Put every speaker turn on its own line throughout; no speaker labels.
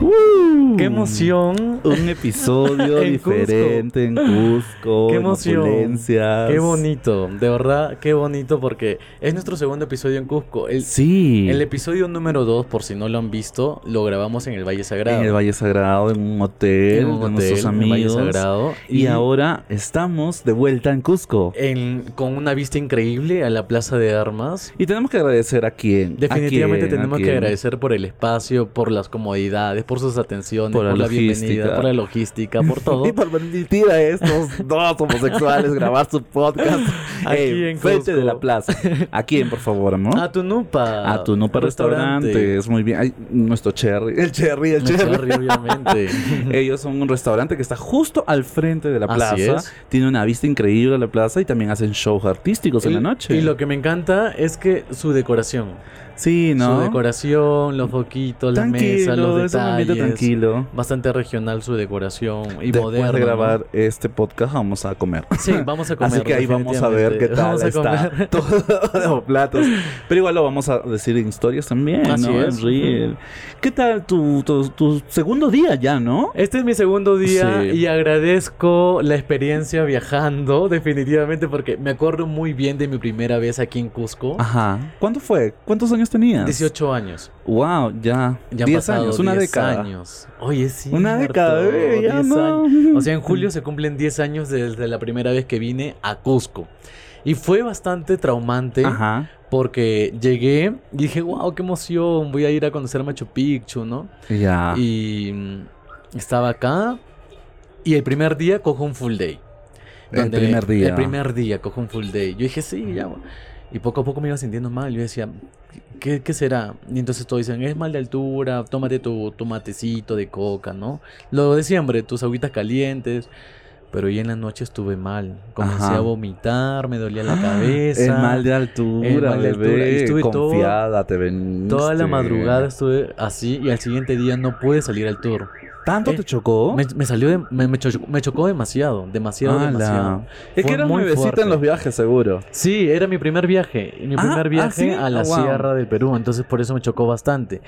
Mm. emoción.
Uh. Un episodio
En Cusco.
diferente en Cusco.
Qué
en
emoción.
opulencias.
Qué bonito, de verdad, qué bonito porque es nuestro segundo episodio en Cusco. El,
Sí.
el episodio número 2, por si no lo han visto, lo grabamos en el Valle Sagrado.
en el Valle Sagrado, en un hotel,
En un
con
hotel,
nuestros
en el Valle
amigos.
Sagrado.
Y ahora estamos de vuelta en Cusco.
en- con una vista increíble a la Plaza de Armas.
Y tenemos que agradecer a quien.
Definitivamente tenemos que agradecer por el espacio, por las comodidades, por sus atenciones,
Por
por,
la
la bienvenida,
logística.
por la logística, por todo.
Y por permitir a estos dos homosexuales grabar su podcast
Aquí
eh,
en
frente
Cusco.
de la plaza. ¿A quién, por favor, amor?
A Tunupa.
A tu no para restaurantes, muy bien. Ay, nuestro Cherry, el Cherry, el
Un
Cherry.
cherry, obviamente.
Ellos son un restaurante que está justo al frente de la plaza.
Así es.
Tiene una vista increíble a la plaza y también hacen shows artísticos en la
Y-
noche.
Y lo que me encanta es que su decoración.
Sí,
Su
¿no?
decoración, los foquitos, la mesa, los
es un ambiente
detalles.
tranquilo.
Bastante regional su decoración y
Después
moderno.
de
¿no?
grabar este podcast vamos a comer.
Sí, vamos a comer.
Así que ahí vamos a ver qué tal
definitivamente. Vamos a
está
comer.
todo los platos. Pero igual lo vamos a decir en historias también,
Así
¿no?
es.
En Reel. ¿Qué tal tu, tu- tu segundo día ya, no?
Este es mi segundo día
Sí.
y agradezco la experiencia viajando definitivamente porque me acuerdo muy bien de mi primera vez aquí en Cusco.
Ajá. ¿Cuánto fue? ¿Cuántos años tenías?
18 años.
Wow, ya.
Ya han
10
pasado
años, una
10
década.
años. Oye, sí.
Una década, eh, ya no.
O
Mm.
sea, en julio se cumplen 10 años desde la primera vez que vine a Cusco. Y fue bastante traumante
Ajá.
porque llegué y dije, wow, qué emoción, voy a ir a conocer Machu Picchu, ¿no?
Ya.
Y mm, estaba acá y el primer día cojo un full day.
El
Donde-
primer día.
El primer día cojo un full day. Yo dije, sí, ya. bueno". Y poco a poco me iba sintiendo mal. Yo decía, ¿qué, qué será? Y entonces todos dicen, es mal de altura, tómate tu, tu matecito de coca, ¿no? Lo de siempre, tus agüitas calientes. Pero ya en la noche estuve mal. Comencé
Ajá.
a vomitar, me dolía la
Ah,
cabeza.
El mal de altura,
el mal de altura.
bebé.
Y estuve todo-
Confiada, te veniste.
Toda la madrugada estuve así y al siguiente día no pude salir al tour.
¿Tanto
Eh,
te chocó?
Me, me salió, de- me, me cho- me chocó, demasiado, demasiado,
Ala.
demasiado.
Es
Fue
que eras
muy
nuevecita
fuerte.
en los viajes, seguro.
Sí, era mi primer viaje, mi
Ah,
primer
¿ah,
viaje
sí?
a la
Ah, wow.
Sierra del Perú, entonces por eso me chocó bastante.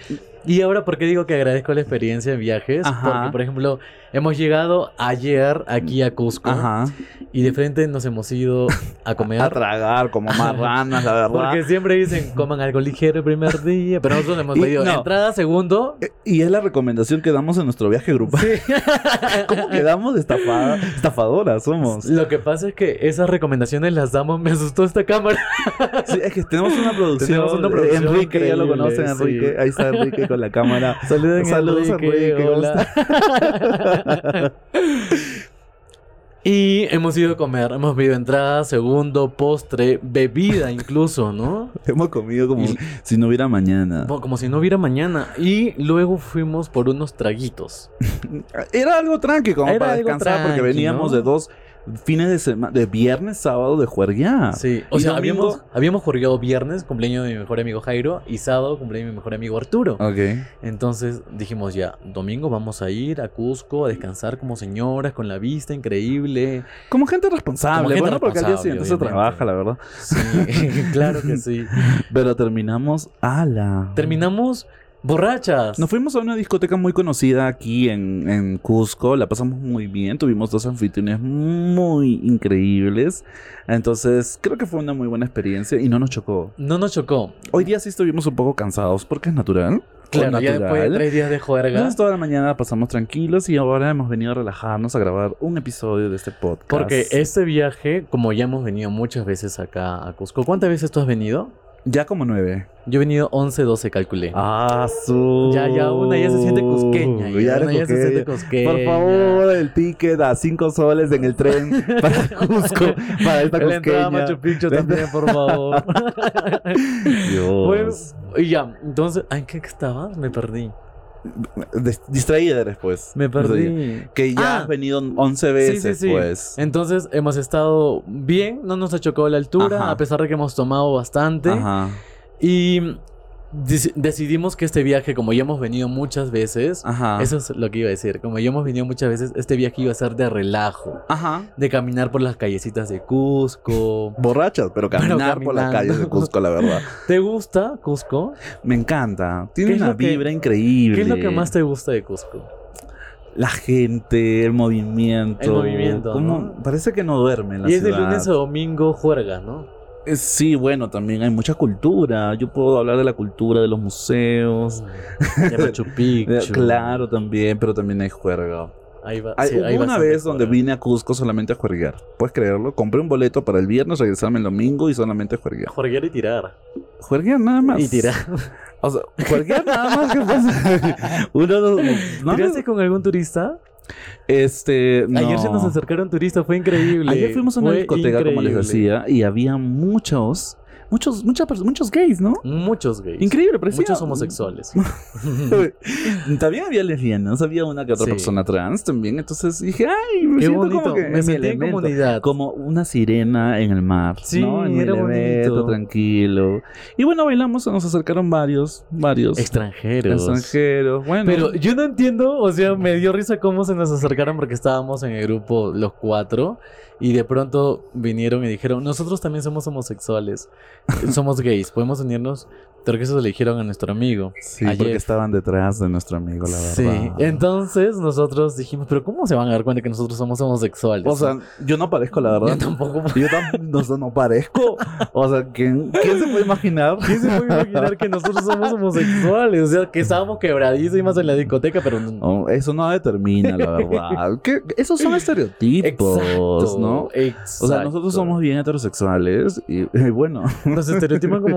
Y ahora, ¿por qué digo que agradezco la experiencia en viajes?
Ajá.
Porque, por ejemplo, hemos llegado ayer aquí a Cusco
Ajá.
y de frente nos hemos ido a comer.
A tragar como marranas, la verdad.
porque siempre dicen, coman algo ligero el primer día, pero nosotros hemos
Y
pedido
no.
entrada, segundo.
Eh, Y es la recomendación que damos en nuestro viaje grupal. ¿Cómo quedamos de estafada- estafadoras somos?
Lo que pasa es que esas recomendaciones las damos, me asustó esta cámara.
Sí, es que tenemos una producción.
Tenemos una producción
Enrique, ya lo
increíble,
conocen,
sí.
Enrique. Ahí está Enrique con la cámara.
Saluden
Saludos, Enrique, ¿cómo
hola. Y hemos ido a comer, hemos pedido entrada, segundo, postre, bebida incluso, ¿no?
Hemos comido como
Y-
si no hubiera mañana.
Como como si no hubiera mañana. Y luego fuimos por unos traguitos.
Era algo tranqui, como
Era
para
algo
descansar, porque
tranqui,
veníamos
¿no?
de dos fines de semana, de viernes, sábado de juerguear.
Sí, o
Ah. ¿Y
sea,
domingo?
habíamos, habíamos jorgeado viernes, cumpleaños de mi mejor amigo Jairo, y sábado, cumpleaños de mi mejor amigo Arturo.
Ok.
Entonces dijimos ya, domingo vamos a ir a Cusco a descansar como señoras, con la vista increíble.
Como gente responsable,
Como gente
bueno, porque al día
responsable,
siguiente se
obviamente.
trabaja, la verdad.
Sí, claro que sí.
Pero terminamos ala.
Terminamos borrachas.
Nos fuimos a una discoteca muy conocida aquí en, en Cusco, la pasamos muy bien, tuvimos dos anfitriones muy increíbles, entonces creo que fue una muy buena experiencia y no nos chocó.
No nos chocó.
Hoy día sí estuvimos un poco cansados porque es natural.
Claro,
Fue
ya después de
natural.
tres días de juerga.
Entonces toda la mañana pasamos tranquilos y ahora hemos venido a relajarnos a grabar un episodio de este podcast.
Porque este viaje, como ya hemos venido muchas veces acá a Cusco, ¿cuántas veces tú has venido?
Ya como nueve.
Yo he venido 11, 12, calculé.
Ah, su...
Ya, ya, una ya se siente cusqueña. Ya,
Uh, Ya eres
una ya se siente
cusqueña.
cusqueña.
Por favor, el ticket a 5 soles en el tren para Cusco, para esta
La entrada a
cusqueña.
Machu Picchu
La
también, por favor. Bueno,
Dios.
y ya, entonces, ¿ay, qué estabas? Me perdí.
Dis- distraída después.
Me perdí.
Que ya
Ah.
has venido 11 veces,
sí, sí.
pues.
Entonces hemos estado bien, no nos ha chocado la altura,
Ajá.
a pesar de que hemos tomado bastante.
Ajá,
Y dec- decidimos que este viaje, como ya hemos venido muchas veces,
ajá.
eso es lo que iba a decir, como ya hemos venido muchas veces, este viaje iba a ser de relajo,
Ajá.
de caminar por las callecitas de Cusco.
Borrachas, pero caminar por las
caminando.
calles de Cusco, la verdad.
¿Te gusta Cusco?
Me encanta.
¿Qué
Tiene
es
una
lo que-
vibra increíble.
¿Qué es lo que más te gusta de Cusco?
la gente, el movimiento.
El movimiento,
Como-
¿no?
Parece que no duerme en la
Y es de
ciudad.
lunes a domingo juerga, ¿no?
Eh, Sí, bueno, también hay mucha cultura. Yo puedo hablar de la cultura, de los museos.
Ya Machu
Eh,
Picchu.
Claro, también, pero también hay juerga.
Ahí va,
Hay,
sí,
hubo
hay
una
bastante
vez donde
juerga.
vine a Cusco solamente a juerguear. ¿Puedes creerlo? Compré un boleto para el viernes, regresarme el domingo y solamente juerguear.
Jorguear y tirar.
Juerguear nada más.
Y tirar.
O sea, juerguear nada más. ¿Qué pasa? Uno, dos, no,
¿Tiraste con algún turista?
Este, no.
Ayer se nos acercaron turistas, fue increíble.
Ayer fuimos a una
Fue
discoteca, como les
increíble.
decía, y había muchos, muchos, muchas personas, muchos gays, ¿no?
Muchos gays.
Increíble, parecía.
Muchos homosexuales.
también había lesbianas, había una que otra
Sí.
persona trans también. Entonces dije, ay, me
Qué
siento
bonito.
como que en mi
Me sentí en
elemento.
comunidad.
Como una sirena en el mar.
Sí,
¿no? En mi
era
elemento,
bonito.
tranquilo. Y bueno, bailamos, se nos acercaron varios, varios
Extranjeros.
extranjeros. Bueno,
Pero yo no entiendo, o sea, me dio risa cómo se nos acercaron porque estábamos en el grupo los cuatro y de pronto vinieron y dijeron, nosotros también somos homosexuales, somos gays, podemos unirnos, pero que eso le dijeron a nuestro amigo.
sí,
ayer-
porque estaban detrás de nuestro amigo, la verdad.
Sí, entonces nosotros dijimos, pero ¿cómo se van a dar cuenta que nosotros somos homosexuales?
O sea, yo no parezco, la verdad.
yo tampoco
Yo tam- no, sé, no parezco. O sea, ¿quién, quién se puede imaginar?
¿Quién se puede imaginar que nosotros somos homosexuales? O sea, que estábamos quebradísimas en la discoteca, pero no.
No, eso no determina, la verdad. ¿Qué- Esos son estereotipos, ¿no?
Exacto.
O sea, nosotros somos bien heterosexuales y, y bueno.
Nos estereotipan como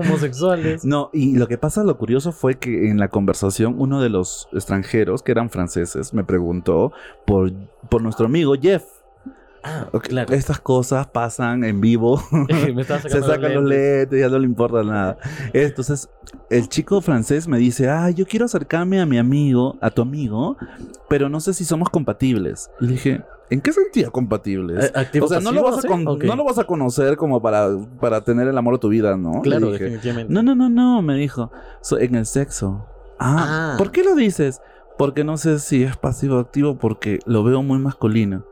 homosexuales.
No, y lo que pasa, lo curioso fue que en la conversación uno de los extranjeros, que eran franceses, me preguntó por, por nuestro amigo Jeff.
Ah,
Ok,
claro.
Estas cosas pasan en vivo.
Me estaba
Se
sacando
sacan los
lentes.
lentes, ya no le importa nada. Entonces, el chico francés me dice, ah, yo quiero acercarme a mi amigo, a tu amigo, pero no sé si somos compatibles. Y le dije, ¿en qué sentido compatibles?
Eh, activo
o sea, no lo,
pasivo,
vas a
¿sí?
con-
Ok.
no lo vas a conocer como para, para tener el amor de tu vida, ¿no? Le
Claro,
dije,
definitivamente.
no, no, no, no, me dijo, "So- en el sexo. Ah,
Ah.
¿por qué lo dices? Porque no sé si es pasivo o activo, porque lo veo muy masculino.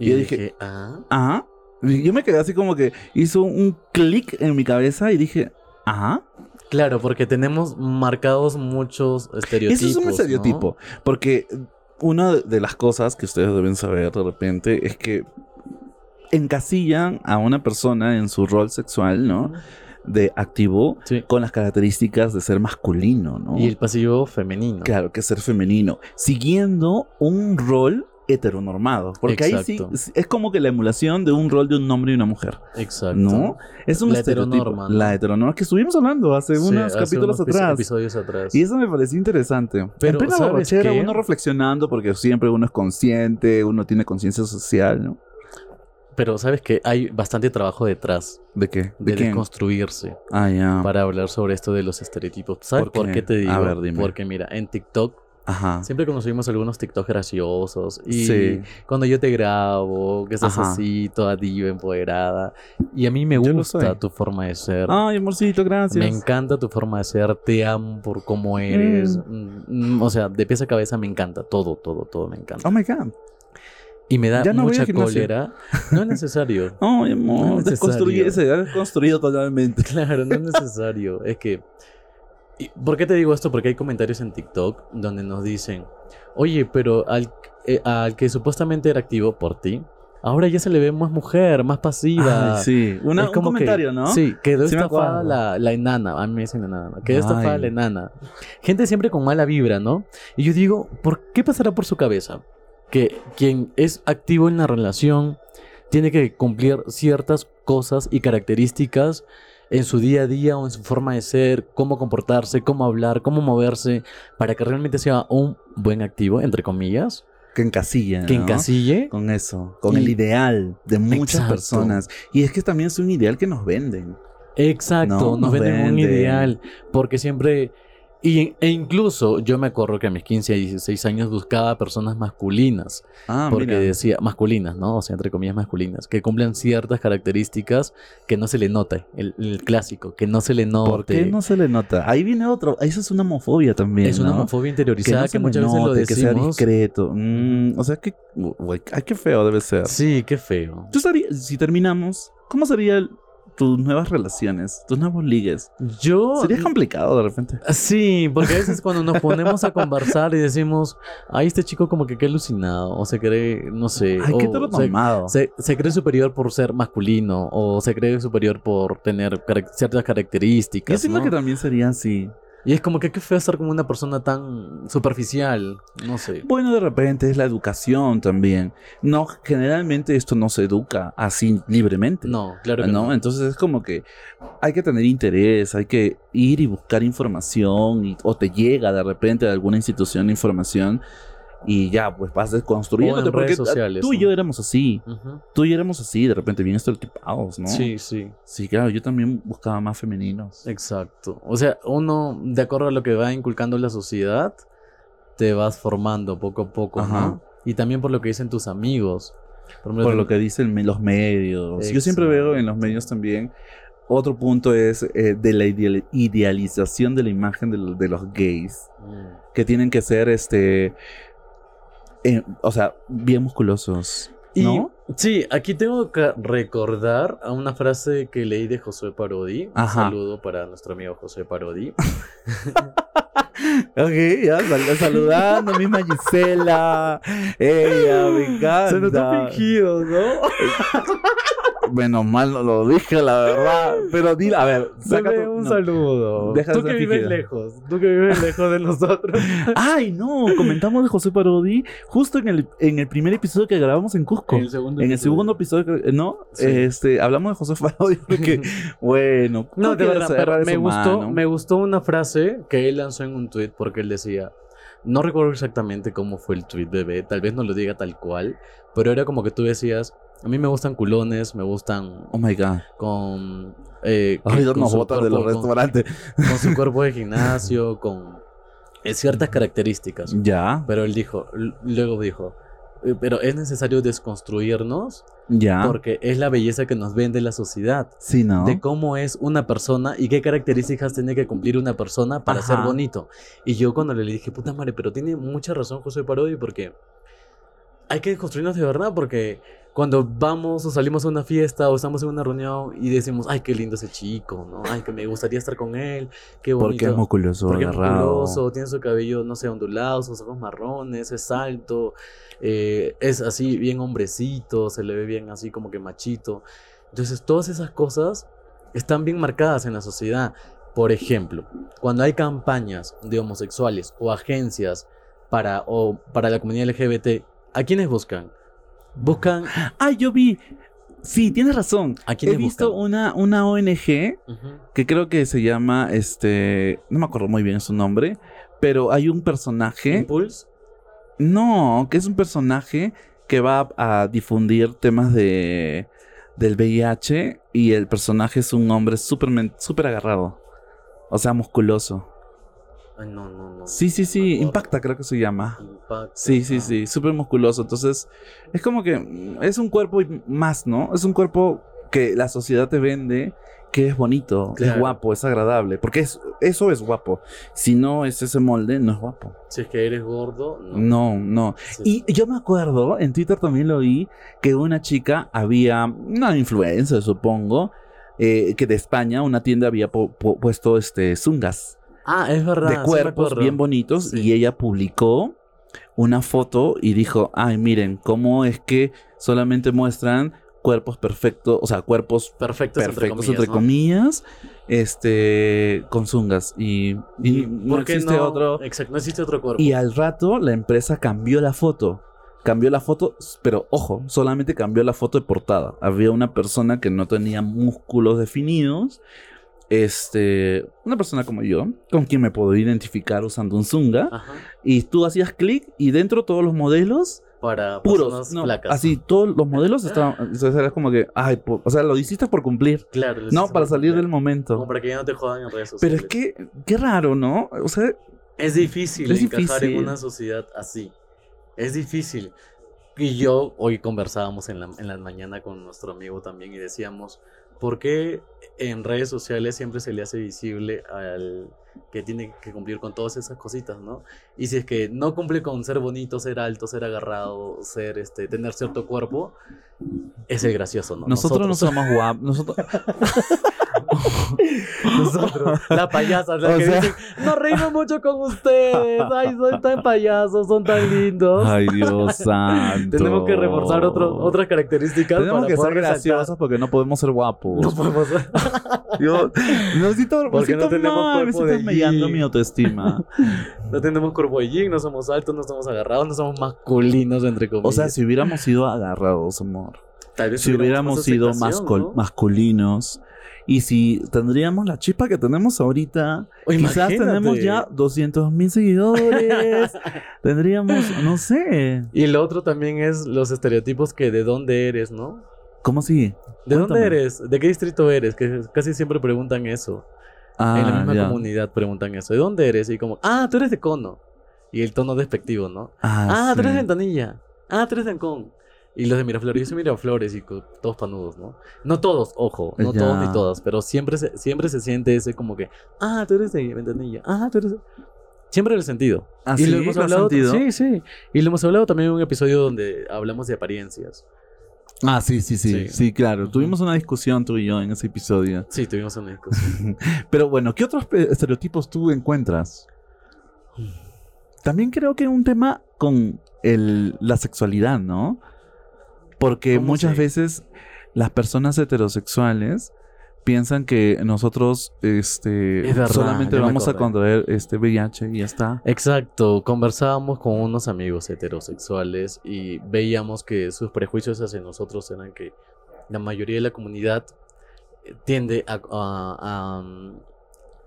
y
yo
yo
dije,
dije, ah,
Ajá. Y Yo me quedé así como que hizo un clic en mi cabeza y dije, ajá.
claro, porque tenemos marcados muchos estereotipos.
Eso es un
¿no?
estereotipo. Porque una de las cosas que ustedes deben saber de repente es que encasillan a una persona en su rol sexual, ¿no? De activo
Sí.
con las características de ser masculino, ¿no?
Y el pasivo femenino.
Claro, que ser femenino, siguiendo un rol heteronormado, porque ahí
Exacto.
sí es como que la emulación de un rol de un hombre y una mujer.
Exacto.
¿No? Es un
La
estereotipo.
heteronorma, ¿no?
La heteronorma que estuvimos hablando hace
Sí,
unos
hace
capítulos
unos epi-
atrás.
episodios atrás.
Y eso me pareció interesante. Pero,
Pero,
en plena
¿sabes
borrachera,
qué?
uno reflexionando, porque siempre uno es consciente, uno tiene conciencia social, ¿no?
Pero sabes que hay bastante trabajo detrás
¿De qué?
de,
¿De, quién?
deconstruirse
Ah, ya.
para hablar sobre esto de los estereotipos. ¿Sabes
¿Por
por,
qué?
qué? te digo?
A ver, dime.
Porque mira, en TikTok
Ajá.
siempre conocimos algunos TikTok graciosos y
Sí.
cuando yo te grabo, que estás
Ajá.
así, toda diva, empoderada. Y a mí me
Yo lo Ah, soy.
gusta tu forma de ser.
Ay, amorcito, gracias.
me encanta tu forma de ser. Te amo por cómo eres. Mm, mm, o sea, de pies a cabeza me encanta. Todo, todo, todo me encanta.
Oh my god.
Y me da
ya no voy
mucha
al gimnasio.
cólera. No es necesario.
Ay,
No
amor.
es
desconstruye
necesario.
ese, ya desconstruido totalmente.
Claro, no es necesario. es que. ¿Y ¿Por qué te digo esto? Porque hay comentarios en TikTok donde nos dicen, oye, pero al, eh, al que supuestamente era activo por ti, ahora ya se le ve más mujer, más pasiva.
Ay, sí. Una-
Es
un
como que-
comentario, ¿no?
Sí, quedó
Sí me
estafada
acuerdo.
la, la enana. A mí me dicen enana. ¿no? Quedó estafada
Ay.
la enana. Gente siempre con mala vibra, ¿no? Y yo digo, ¿por qué pasará por su cabeza? Que quien es activo en la relación tiene que cumplir ciertas cosas y características en su día a día o en su forma de ser, cómo comportarse, cómo hablar, cómo moverse, para que realmente sea un buen activo, entre comillas,
Que encasilla.
que
¿no?
encasille.
Con eso, con
Y-
el ideal de muchas
Exacto.
personas. Y es que también es un ideal que nos venden. No,
Exacto,
nos
nos venden un
venden.
ideal, porque siempre, y- e incluso yo me acuerdo que a mis 15 y 16 años buscaba personas masculinas,
Ah,
porque
mira.
decía, masculinas, ¿no? O sea, entre comillas masculinas, que cumplan ciertas características que no se le note, el, el clásico, que no se le note.
¿Por qué no se le nota? Ahí viene otro. Eso es una homofobia también.
es una
¿no?
homofobia
Que, no
interiorizada que,
se le
muchas veces lo
note, que sea
decimos.
discreto. Mm, o sea, que. uy, Ay, qué feo debe ser.
sí, qué feo.
Tú estarías- si terminamos, ¿cómo sería el- tus nuevas relaciones, tus nuevos ligues.
Yo.
Sería complicado de repente.
Sí, porque a veces cuando nos ponemos a conversar y decimos, ay, este chico como que qué alucinado, o se cree, no sé,
Ay, qué
o
todo
Eh, oh, se,
mamado.
se- se cree superior por ser masculino, o se cree superior por tener carac- ciertas
Yo
características.
siento
¿no?
que también sería así.
Y es como que qué feo ser como una persona tan superficial, no sé.
Bueno, de repente es la educación también. No, generalmente esto no se educa así libremente.
No, claro que
¿no? eh,
no.
Entonces es como que hay que tener interés, hay que ir y buscar información y- o te llega de repente de alguna institución información y ya, pues vas
O
desconstruyéndote
en
porque
redes sociales,
tú y
¿no?
yo éramos así,
Ujú.
tú y yo éramos así, de repente bien estereotipados, ¿no?
Sí, Eh, sí.
Sí, claro, yo también buscaba más femeninos.
Exacto. O sea, uno, de acuerdo a lo que va inculcando la sociedad, te vas formando poco a poco,
Ajá.
¿no? Y también por lo que dicen tus amigos. ejemplo,
Por
ten-
lo que dicen me- los medios. Yo siempre veo en los medios también. Otro punto es eh, de la ideal- idealización de la imagen de, lo- de los gays.
Mm.
Que tienen que ser, este. eh, o sea, bien musculosos.
Y
¿No?
sí, aquí tengo que recordar a una frase que leí de José Parodi. Un
Ajá.
saludo para nuestro amigo José Parodi.
Ok, ya, sal- saludando, misma Gisela. Ella, me encanta.
Se notó fingido, ¿no?
Menos mal no lo dije, la verdad. Pero dile, a ver, saca
Dame
tu-
un
no.
saludo.
Deja de
tú que
ser
vives
fingido.
lejos, tú que vives lejos de nosotros.
Ay, no, comentamos de José Parodi justo en el, en el primer episodio que grabamos en Cusco.
En el segundo
en el
episodio.
segundo episodio, que- ¿no?
Sí.
Este, hablamos de José Parodi porque, bueno,
No, de
cualquier
verdad, pero
error es
me gustó,
humano.
me gustó una frase que él lanzó en un tweet porque él decía, no recuerdo exactamente cómo fue el tweet, bebé, tal vez no lo diga tal cual, pero era como que tú decías, a mí me gustan culones, me gustan
Oh my god.
con... eh, que-
Ahorita
con
nos
su
botan de los
cuerpo- con-
restaurantes.
Con su cuerpo de gimnasio, con eh, ciertas características.
Ya,
Pero él dijo, l- luego dijo, "Eh, pero es necesario desconstruirnos
ya.
porque es la belleza que nos vende la sociedad
Sí, ¿no?
de cómo es una persona y qué características tiene que cumplir una persona para ser
Ajá.
bonito. Y yo cuando le dije, puta madre, pero tiene mucha razón José Parodi porque hay que construirnos de verdad porque cuando vamos o salimos a una fiesta o estamos en una reunión y decimos, ay, qué lindo ese chico, ¿no? Ay, que me gustaría estar con él, qué bonito.
Porque es musculoso,
Porque es
agarrado.
musculoso, tiene su cabello, no sé, ondulado, sus ojos marrones, es alto, eh, es así bien hombrecito, se le ve bien así como que machito. Entonces, todas esas cosas están bien marcadas en la sociedad. Por ejemplo, cuando hay campañas de homosexuales o agencias para, o para la comunidad LGBT, ¿a quiénes buscan? Buscan
Ah, yo vi. Sí, tienes razón.
a
He
quiénes
visto
buscan?
una, una ONG
Ujú.
que creo que se llama, este, no me acuerdo muy bien su nombre, pero hay un personaje,
Impulse.
no, que es un personaje que va a, a difundir temas de del VIH y el personaje es un hombre súper men- súper agarrado, o sea, musculoso.
Ay, no, no, no.
Sí, sí,
Me
sí,
acuerdo.
impacta creo que se llama.
Impacta,
Sí, sí,
ah.
sí, súper musculoso. Entonces, es como que mm, es un cuerpo y más, ¿no? Es un cuerpo que la sociedad te vende, que es bonito, es
Claro.
guapo, es agradable. Porque es, eso es guapo. Si no es ese molde, no es guapo.
Si es que eres gordo, no.
No, no.
Sí, sí.
Y yo me acuerdo, en Twitter también lo vi, que una chica había, una influencer supongo, eh, que de España una tienda había po- po- puesto este, zungas
Ah, es verdad. sí
de
me
cuerpos
acuerdo.
bien bonitos
Sí.
y ella publicó una foto y dijo, ay miren, cómo es que solamente muestran cuerpos perfectos, o sea, cuerpos
Perfectos,
perfectos
entre
entre
comillas.
comillas, este, con zungas y, y
¿no?
no
¿Por qué
existe
no?
otro.
Exacto, no existe otro cuerpo.
Y al rato la empresa cambió la foto. Cambió la foto, pero ojo, solamente cambió la foto de portada. Había una persona que no tenía músculos definidos. Este, una persona como yo, con quien me puedo identificar usando un zunga.
Ajá.
Y tú hacías clic y dentro todos los modelos
Para
puros,
personas
no,
flacas.
así todos los modelos estaban, o sea, era como que, ay, po- o sea, lo hiciste por cumplir,
Claro. les
no,
hace
para salir
falta.
del momento.
Como para que ya no te jodan en redes
Pero
sociales.
es que, qué raro, ¿no? O sea,
Es difícil
Es
encajar
difícil.
en una sociedad así. Es difícil. Y yo hoy conversábamos en la, en la mañana con nuestro amigo también y decíamos, ¿Por qué en redes sociales siempre se le hace visible al que tiene que cumplir con todas esas cositas, ¿no? Y si es que no cumple con ser bonito, ser alto, ser agarrado, ser este, tener cierto cuerpo, es el gracioso, ¿no?
Nosotros, no somos guapos. Nosotros...
Nosotros, las payasas, las
O
que
sea-
dicen, nos reímos mucho con ustedes, ay, son tan payasos, son tan lindos.
Ay, Dios santo.
Tenemos que reforzar otro- otras características.
Tenemos
para
que ser
poder resaltar.
graciosos porque no podemos ser guapos.
No podemos ser-
Yo me siento, me
Porque
siento
no tenemos
mal, me
cuerpo
siento
de
mellando
G.
mi autoestima.
No tenemos cuerpo de jean, no somos altos, no somos agarrados, no somos masculinos, entre comillas.
O sea, si hubiéramos sido agarrados, amor.
Tal vez
Si hubiéramos sido
más
mascul- masculinos. Y si tendríamos la chispa que tenemos ahorita, quizás tenemos ya 200 mil seguidores. tendríamos, no sé.
Y lo otro también es los estereotipos que de dónde eres, ¿no?
¿Cómo sigue?
¿De
Cuéntame.
dónde eres? ¿De qué distrito eres? Que casi siempre preguntan eso. en la
Ah,
misma
ya.
comunidad preguntan eso. ¿De dónde eres? Y como, ah, tú eres de Cono. Y el tono despectivo, ¿no? Ah,
Ah,
tú eres
sí.
de Ventanilla. Ah, tú eres de Ancón. Y los de Miraflores, yo soy Miraflores y co- todos panudos, ¿no? No todos, ojo, no
Ya.
todos ni todas, pero siempre se, siempre se siente ese como que, ah, tú eres de Ventanilla, ah, tú eres de... Siempre el sentido.
Ah,
y
sí,
lo hemos
has
hablado,
sentido?
sí, sí. Y lo hemos hablado también en un episodio donde hablamos de apariencias.
Ah, sí, sí, sí, sí,
Sí.
claro.
Ujú.
Tuvimos una discusión tú y yo en ese episodio.
Sí, tuvimos una discusión.
Pero bueno, ¿qué otros pe- estereotipos tú encuentras? También creo que un tema con el- la sexualidad, ¿no? Porque
¿Cómo
muchas
se-
veces las personas heterosexuales piensan que nosotros este,
Es verdad,
solamente
ya me
vamos a
acordé.
contraer este VIH y ya está.
Exacto, conversábamos con unos amigos heterosexuales y veíamos que sus prejuicios hacia nosotros eran que la mayoría de la comunidad eh, tiende a, a- a, mm,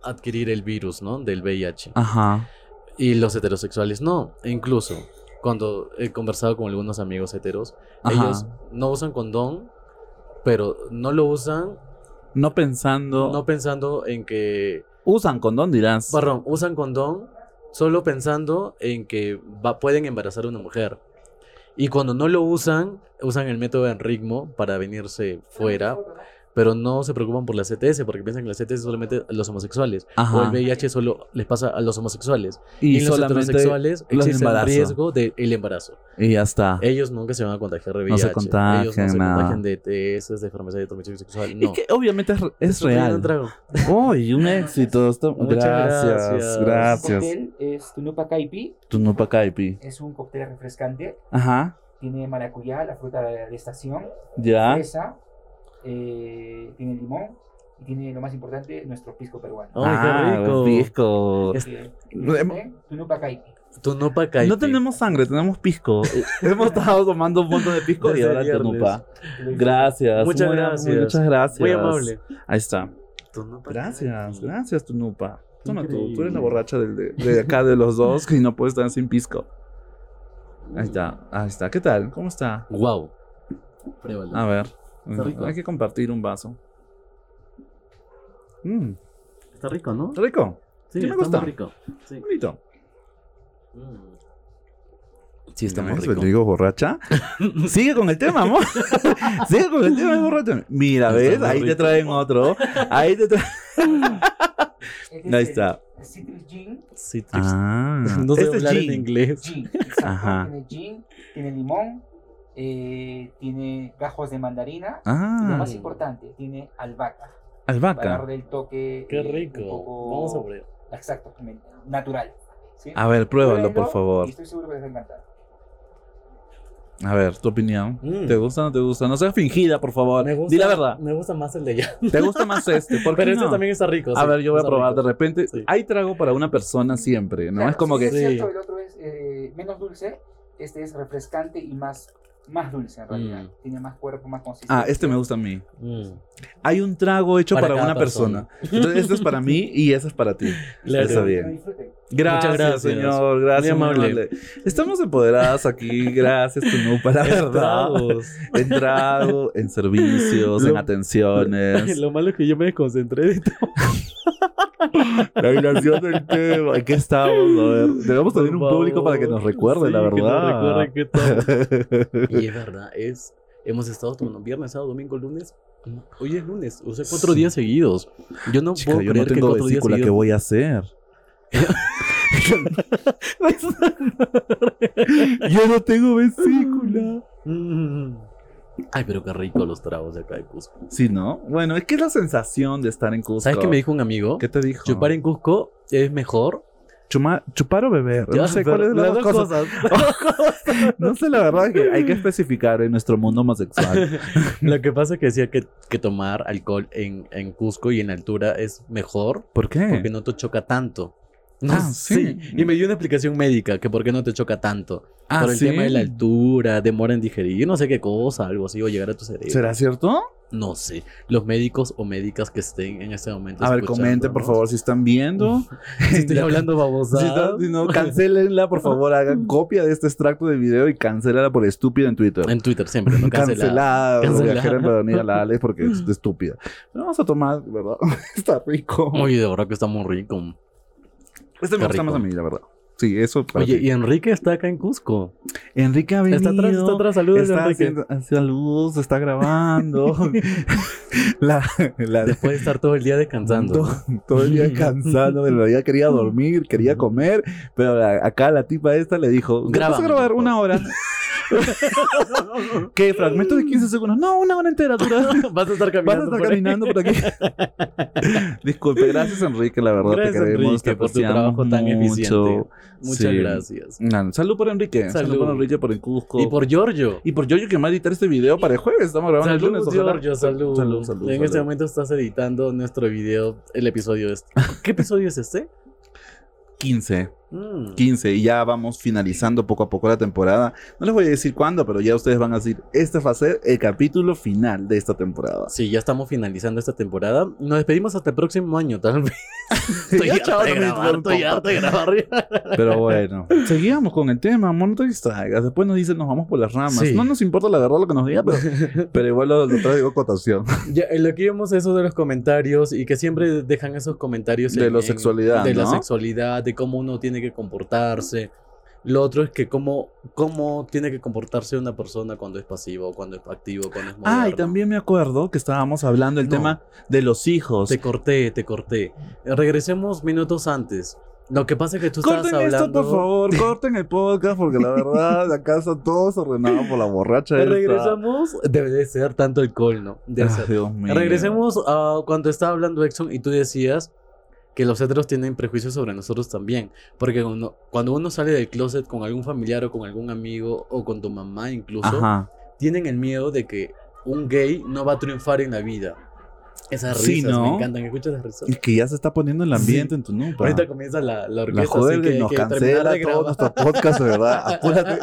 adquirir el virus, ¿no? Del VIH.
Ajá.
Y los heterosexuales no. E incluso cuando he conversado con algunos amigos heteros,
ajá.
ellos no usan condón, pero no lo usan
no pensando.
no pensando en que
Usan condón, dirás.
Perdón, usan condón solo pensando en que va- pueden embarazar a una mujer. Y cuando no lo usan, usan el método de ritmo para venirse fuera, pero no se preocupan por la CTS porque piensan que la CTS es solamente a los homosexuales. O el
Ajá.
VIH solo les pasa a los homosexuales.
Y,
Y, en los
solamente.
heterosexuales
los
existe el
embarazo.
riesgo del embarazo.
Y ya está.
Ellos nunca se van a contagiar de
No se
VIH. Ellos no
contagian,
se
nada.
contagian de ETS, de enfermedad de transmisión sexual. No.
Es que obviamente es, es
Te pido
real.
un trago.
Uy, un éxito. Está-
Muchas
gracias,
gracias.
gracias.
Este cóctel es Tunupa Caipi,
Tu nupa caipi.
es un cóctel refrescante,
Ajá.
tiene maracuyá, la fruta de, de estación,
Ya.
fresa, eh, tiene limón y tiene lo más importante, nuestro pisco peruano.
Ay, qué rico.
Ah, Pisco.
Es-
Así que,
Re-
disfruten Tunupa Caipi.
Tu nopa cae.
No tenemos sangre, tenemos pisco. Eh, Hemos estado tomando un montón de pisco y
Desde
ahora tu
viernes.
nupa.
Que lo disfruten.
Gracias.
Muchas
muy am-
gracias.
Muchas gracias.
Muy amable.
Ahí está.
Tu nopa
Gracias,
caipi.
gracias, tu nupa. Toma tú, tú eres
Increíble.
la borracha del- de, de acá de los dos que no puede estar sin pisco. Ahí está, ahí está. ¿Qué tal? ¿Cómo está?
Wow. Pruébalo.
A ver.
Está rico.
Hay que compartir un vaso. Mmm,
está rico, ¿no?
rico.
Sí,
me
está
gusta.
muy rico. Sí.
Bonito.
Mm. Sí, está
¿No
muy
ves? Le
rico.
digo borracha. Sigue con el tema, amor. Sigue con el tema de borracha. Mira,
Está
¿ves?
muy
Ahí te
rico.
traen otro. Ahí te traen.
Este
Ahí
es el
está.
Citrus Gin.
Sí, trips.
Ah.
No sé
Este es
hablar en
gin.
inglés.
Gin, exacto.
Ajá.
Tiene gin, tiene limón, eh, tiene gajos de mandarina. Y lo
Ah,
más importante, tiene albahaca. Para
albahaca.
darle el toque.
Qué
eh, un
rico.
poco-
Vamos a ver.
Exacto, me- natural. ¿sí?
A ver, pruébalo,
Pruébenlo
por favor.
y Estoy seguro que les va a encantar.
A ver, tu opinión.
Mm.
¿Te gusta o no te gusta? No seas fingida, por favor.
Me gusta,
Di la verdad.
Me gusta más el de allá.
¿Te gusta más este? ¿Por qué
Pero este
no?
también está rico.
A
sí,
ver, yo voy a
está
probar
rico.
de repente.
Sí.
Hay trago para una persona siempre, ¿no?
Claro,
es como
sí,
que.
Es cierto,
Sí.
el otro es eh, menos dulce. Este es refrescante y más, más dulce en realidad.
Mm.
Tiene más cuerpo, más consistencia.
Ah, este me gusta a mí.
Mm.
Hay un trago hecho para,
Para cada
una persona.
persona.
Entonces, este es para mí y ese es para ti.
Claro.
Está
Lo
bien.
disfruten.
Gracias,
Muchas gracias.
señor. Gracias,
Muy
muy amable.
amable.
Estamos empoderadas aquí. Gracias, Tunupa, la
En
verdad.
tragos.
En trago, en servicios, en
Lo-
atenciones.
Lo malo es que yo me desconcentré. de todo.
La violación del tema. ¿En qué estamos? A ver, debemos tener un
Por
público para que
favor.
nos recuerde,
Sí,
la
que nos
verdad.
recuerde qué tal. Y es verdad, es. Hemos estado tomando viernes, sábado, domingo, lunes. Hoy es lunes, o sea, cuatro días seguidos. Yo no
Chica,
puedo
yo
creer
no
que
tengo
cuatro días
vesícula. ¿Qué
seguidos.
voy a hacer? yo no tengo vesícula.
Mm. Ay, pero qué rico los tragos de acá de Cusco.
Sí, ¿no? Bueno, es que es la sensación de estar en Cusco.
¿Sabes qué me dijo un amigo?
¿Qué te dijo?
Chupar en Cusco es mejor.
Chuma- chupar o beber.
Ya,
No sé
pero
cuál es la
las
dos
dos
cosas.
cosas.
No sé, la verdad que hay que especificar en nuestro mundo homosexual.
Lo que pasa es que decía que, que tomar alcohol en, en Cusco y en altura es mejor
¿Por qué?
porque no te choca tanto. No,
Eh. Ah, sí.
sí. Y me dio una explicación médica que por qué no te choca tanto.
Ah,
por el
¿sí?
tema de la altura, demora en digerir, no sé qué cosa, algo así, o llegar a tu cerebro.
¿Será cierto?
No sé. Los médicos o médicas que estén en este momento.
A ver,
escuchando,
comenten, por
¿no?
favor, si están viendo.
Si estoy
Ya-
hablando
Si
babosada.
está- si no, cancelenla, por favor, hagan copia de este extracto de video y cancelala por estúpida en Twitter.
En Twitter siempre, ¿no? Cancelada.
Cancelada,
Cancelada.
viajera en Verónica la Alex porque es estúpida. No vamos a tomar, ¿verdad? Está rico.
Oye, de verdad que está muy rico.
este me
qué
gusta
rico.
más a mí, la verdad. Sí, eso. para
Oye,
ti.
y Enrique está acá en Cusco.
Enrique ha
Está atrás,
venido.
está atrás. Saludos,
Está
Enrique.
haciendo ah, saludos, está grabando. la, la-
Después de estar todo el día descansando.
Todo, todo el día cansado, en realidad quería dormir, quería comer, pero la- acá la tipa esta le dijo, ¿qué
Grábame,
vas a grabar
por
una hora? ¿Qué? ¿Fragmento de 15 segundos? No, una hora entera dura.
Vas a estar
Vas a
caminando.
estar
por ahí.
caminando por aquí. Disculpe, gracias Enrique, la verdad
Gracias,
te queremos, te
Enrique, por tu
apreciamos
trabajo tan
mucho.
eficiente. Muchas
Sí.
gracias.
Nah, Salud por Enrique. Salud,
Salud.
por Enrique por el Cusco.
Y por Giorgio.
y por Yoyo que me va a editar este video para el jueves. Estamos grabando
Salud,
el lunes. ojalá.
Giorgio, salud.
Salud, salud.
en este
salud.
momento estás editando nuestro video, el episodio este. ¿Qué episodio es este?
15.
Mm.
15 y ya vamos finalizando poco a poco la temporada. No les voy a decir cuándo, pero ya ustedes van a decir, este va a ser el capítulo final de esta temporada.
Sí, ya estamos finalizando esta temporada. Nos despedimos hasta el próximo año, tal vez. Estoy
Ya,
harto
chao,
de
no me
grabar, estoy
interrumpo.
harto de grabar.
Pero bueno, seguíamos con el tema, amor, no te distraigas. Después nos dicen, nos vamos por las ramas.
Sí.
No nos importa la verdad lo que nos diga, pero, pero igual lo, lo traigo cotación.
Ya, en lo que íbamos eso de los comentarios y que siempre dejan esos comentarios
De
en-
la
en-
sexualidad,
de la
¿no?
sexualidad, de cómo uno tiene que comportarse. Lo otro es que cómo, cómo tiene que comportarse una persona cuando es pasivo, cuando es activo, cuando es moderno.
Ah, y también me acuerdo que estábamos hablando del
No.
tema de los hijos.
Te corté, te corté. Regresemos minutos antes. Lo que pasa es que tú
Corten
estabas
esto,
hablando...
por favor, corten el podcast, porque la verdad, acá están todos ordenados por la borracha. esta.
Regresamos. Debe de ser tanto alcohol, ¿no? Debe
Ah,
ser.
Dios mío.
Regresemos a cuando estaba hablando Exxon y tú decías que los heteros tienen prejuicios sobre nosotros también. Porque uno- cuando uno sale del closet con algún familiar o con algún amigo o con tu mamá incluso,
Ajá.
tienen el miedo de que un gay no va a triunfar en la vida. Esas risas
Sí, ¿no?
me encantan. ¿Escuchas las risas?
Y que ya se está poniendo el ambiente en tu nuca.
Ahorita comienza la, la orquesta.
La joder
así que
que nos
hay que terminar
cancela
de
todo
grabar.
nuestro podcast, de verdad. Apúrate.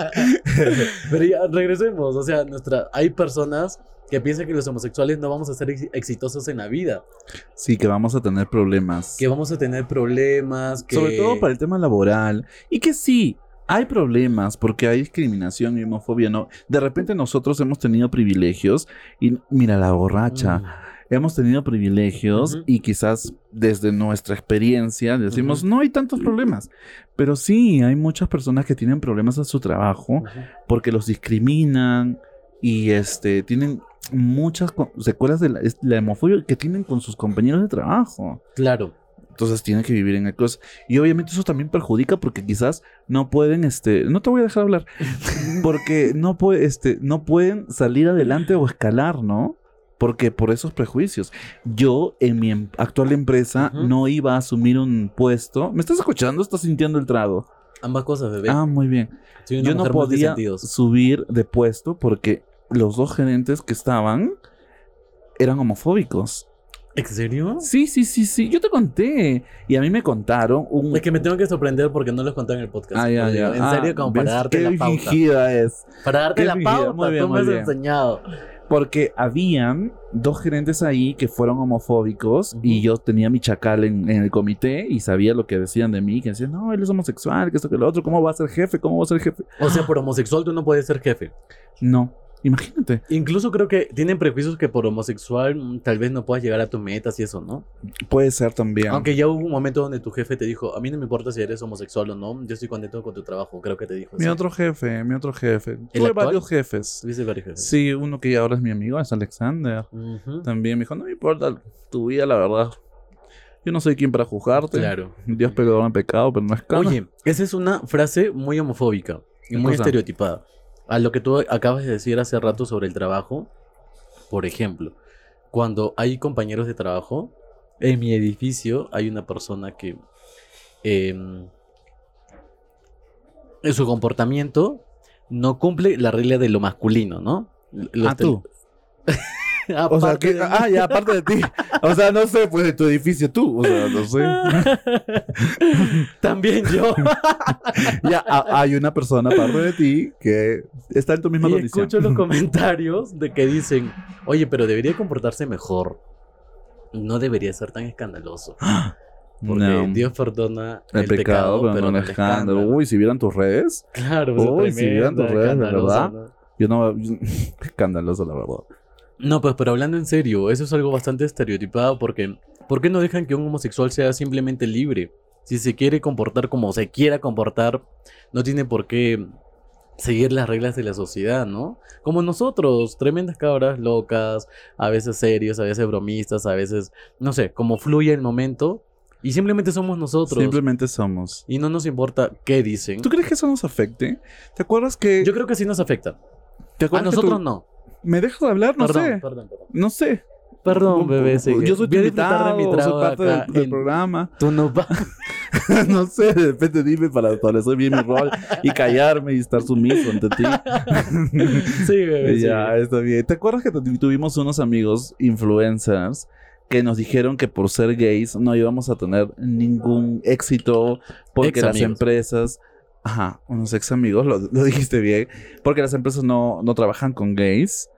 Pero ya, regresemos. O sea, nuestra, hay personas que piensan que los homosexuales no vamos a ser ex- exitosos en la vida.
Sí, que vamos a tener problemas.
que vamos a tener problemas, que...
Sobre todo para el tema laboral. Y que sí, hay problemas porque hay discriminación y homofobia. ¿no? De repente nosotros hemos tenido privilegios. Y mira, la
Mm,
borracha. Hemos tenido privilegios
Ujú.
y quizás desde nuestra experiencia decimos, no hay tantos problemas. Pero sí, hay muchas personas que tienen problemas en su trabajo.
Mm, ujú.
porque los discriminan y este tienen muchas co- secuelas de la, es- la homofobia que tienen con sus compañeros de trabajo.
Claro.
Entonces tienen que vivir en el closet. Y obviamente eso también perjudica porque quizás no pueden, este, no te voy a dejar hablar, porque no, puede, este, no pueden salir adelante o escalar, ¿no? Porque por esos prejuicios. Yo en mi em- actual empresa
Ujú.
no iba a asumir un puesto. ¿Me estás escuchando? ¿Estás sintiendo el trago?
Ambas cosas, bebé.
Ah, muy bien
Soy una
yo no
mujer
podía
multisentidos.
subir de puesto porque los dos gerentes que estaban eran homofóbicos.
¿En serio?
Sí, sí, sí, sí. Yo te conté. Y a mí me contaron un.
Es que me tengo que sorprender porque no los conté en el podcast.
Ah, ya,
Porque,
ya.
En
Ah,
serio, como para
¿ves?
darte
Qué
la pauta.
fingida es.
Para darte
Qué
la
fingida.
pauta,
Muy bien,
tú me
muy
has
bien.
enseñado.
Porque habían dos gerentes ahí que fueron homofóbicos y
Ujú.
yo tenía mi chacal en, en el comité y sabía lo que decían de mí. Que decían, no, él es homosexual, que esto, que lo otro. ¿Cómo va a ser jefe? ¿Cómo va a ser jefe?
O sea, por homosexual tú no puedes ser jefe.
No. Imagínate.
Incluso creo que tienen prejuicios que por homosexual mm, tal vez no puedas llegar a tus metas y eso, ¿no?
Puede ser también.
Aunque ya hubo un momento donde tu jefe te dijo, a mí no me importa si eres homosexual o no, yo estoy contento con tu trabajo, creo que te dijo
Mi
eso.
otro jefe, mi otro jefe. Tuve
pues actual?
varios jefes.
Tuviste varios jefes.
Sí, uno que ya ahora es mi amigo, es Alexander.
Ujú.
También me dijo, no me importa tu vida, la verdad. Yo no soy quien para juzgarte.
Claro.
Dios perdona pecado, pero no es caro.
Oye, esa es una frase muy homofóbica y
¿Qué
muy
cosa?
estereotipada. A lo que tú acabas de decir hace rato sobre el trabajo, por ejemplo, cuando hay compañeros de trabajo, en mi edificio hay una persona que eh, en su comportamiento no cumple la regla de lo masculino, ¿no? Los
Ah,
te-
tú. O sea,
Aparte
que,
de mí.
ah, ya, aparte de ti. O sea, no sé, pues de tu edificio tú. O sea, no sé.
También yo.
Ya, a- hay una persona aparte de ti que está en tu misma
Y
condición.
escucho los comentarios de que dicen, oye, pero debería comportarse mejor. No debería ser tan escandaloso. Porque
Ah, No.
Dios perdona
El, pecado, pero no
el
el escándalo. Uy, si vieran tus redes,
Claro, o sea,
Uy, si vieran tus
tremendo,
redes, de
escandaloso,
verdad.
¿no?
yo no. Escandaloso, la verdad.
No, pues, pero hablando en serio, eso es algo bastante estereotipado porque ¿por qué no dejan que un homosexual sea simplemente libre? Si se quiere comportar como se quiera comportar, no tiene por qué seguir las reglas de la sociedad, ¿no? Como nosotros, tremendas cabras locas, a veces serios, a veces bromistas, a veces, no sé, como fluye el momento y simplemente somos nosotros
Simplemente somos.
y no nos importa qué dicen.
¿Tú crees que eso nos afecte? ¿Te acuerdas que.?
Yo creo que sí nos afecta.
¿te
A
acuerdas que
nosotros
tú-
no.
¿Me dejas de hablar? No
perdón,
sé.
perdón, perdón.
No sé.
Perdón, bebé. sigue.
Yo soy tu
Voy a disfrutar
invitado,
de mi trago
soy parte
acá
del, del
en-
programa.
Tú no vas.
no sé, de repente dime para establecer bien mi rol y callarme y estar sumiso ante ti.
sí, bebé.
ya,
sí.
está bien. ¿Te acuerdas que tu- tuvimos unos amigos influencers que nos dijeron que por ser gays no íbamos a tener ningún éxito porque
Ex
las
amigos.
empresas... Ajá, unos ex amigos, lo, lo dijiste bien, porque las empresas no, no trabajan con gays.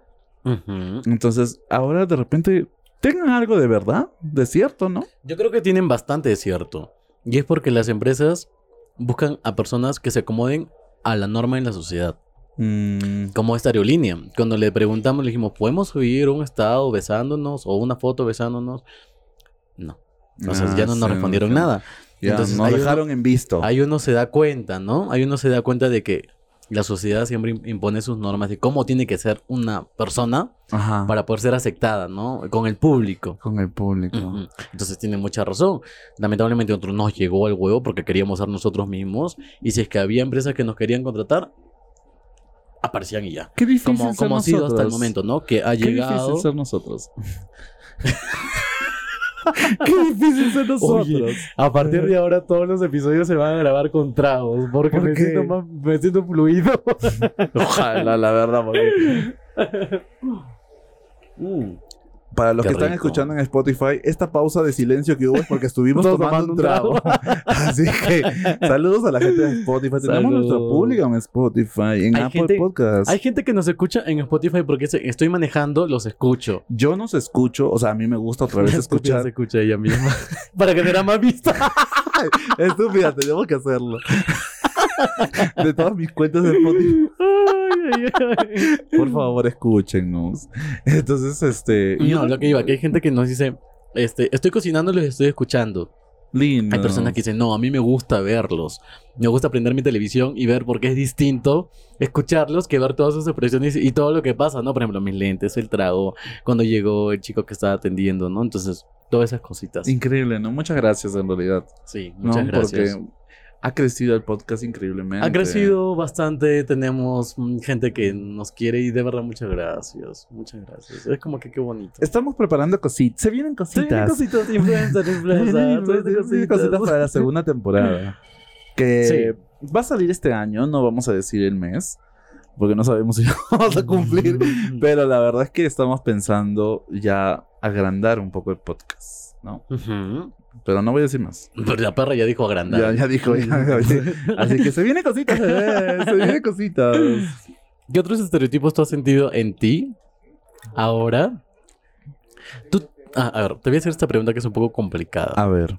Ujú.
Entonces, ahora de repente tengan algo de verdad, de cierto, ¿no?
Yo creo que tienen bastante de cierto. Y es porque las empresas buscan a personas que se acomoden a la norma en la sociedad.
Mm,
Como esta aerolínea. Cuando le preguntamos, le dijimos, ¿podemos subir un estado besándonos o una foto besándonos? No. O sea,
ah,
ya no nos
sí,
respondieron
ya-
nada.
ya
Entonces,
nos
hay uno-
dejaron en visto.
Ahí uno se da cuenta, ¿no? Ahí uno se da cuenta de que la sociedad siempre im- impone sus normas de cómo tiene que ser una persona
Ajá.
para poder ser aceptada, ¿no? Con el público.
Con el público.
Ujú. Entonces tiene mucha razón. Lamentablemente nosotros nos llegó al huevo porque queríamos ser nosotros mismos y si es que había empresas que nos querían contratar, aparecían y ya.
Qué difícil
Como,
ser
como ha sido hasta el
nosotros.
momento, ¿no? Que ha
Qué
llegado...
difícil ser nosotros. Qué difícil ser nosotros.
Oye, A partir de ahora todos los episodios se van a grabar con tragos porque
¿Por
me,
qué?
siento más- me siento fluido.
Ojalá, la verdad, porque
Mm.
para los
Qué
que están
rico.
escuchando en Spotify, esta pausa de silencio que hubo es porque estuvimos
Todos
tomando, un trago. Así que saludos a la gente de Spotify. Tenemos
Salud.
nuestro público en Spotify, en
Hay
Apple
gente-
Podcast.
Hay gente que nos escucha en Spotify porque dice, estoy manejando, los escucho.
Yo nos escucho, o sea, a mí me gusta otra vez
La estúpida
escuchar.
Se escucha ella misma. Para generar más vistas.
Estúpida, tenemos que hacerlo. De todas mis cuentas de Spotify.
Ay, ay, ay.
Por favor, escúchenos. Entonces, este. y
No,
otra-
lo que iba, que hay gente que nos dice, este, estoy cocinando, los estoy escuchando.
Lindo.
Hay personas que dicen, no, a mí me gusta verlos. Me gusta aprender mi televisión y ver porque es distinto escucharlos que ver todas sus expresiones y todo lo que pasa, ¿no? Por ejemplo, mis lentes, el trago, cuando llegó el chico que estaba atendiendo, ¿no? Entonces, todas esas cositas.
Increíble, ¿no? Muchas gracias, en realidad.
Sí,
¿no?
muchas gracias.
Porque ha crecido el podcast increíblemente.
Ha crecido bastante, tenemos mm, gente que nos quiere y de verdad muchas gracias, muchas gracias. Es como que qué bonito.
Estamos preparando cositas. Se vienen
Sí,
cositas.
cositas, influencer, influencer, todas esas
Vienen cositas para la segunda Eh, temporada. Que va a salir este año, no vamos a decir el mes, porque no sabemos si lo vamos a cumplir.
Mm.
Pero la verdad es que estamos pensando ya agrandar un poco el podcast, ¿no?
Ujú.
Pero no voy a decir más.
Pero la perra ya dijo agrandar.
Ya, ya dijo. ya, así, así que se vienen cositas, eh, se vienen cositas.
¿Qué otros estereotipos tú has sentido en ti ahora? Tú, ah, a ver, te voy a hacer esta pregunta que es un poco complicada.
A ver.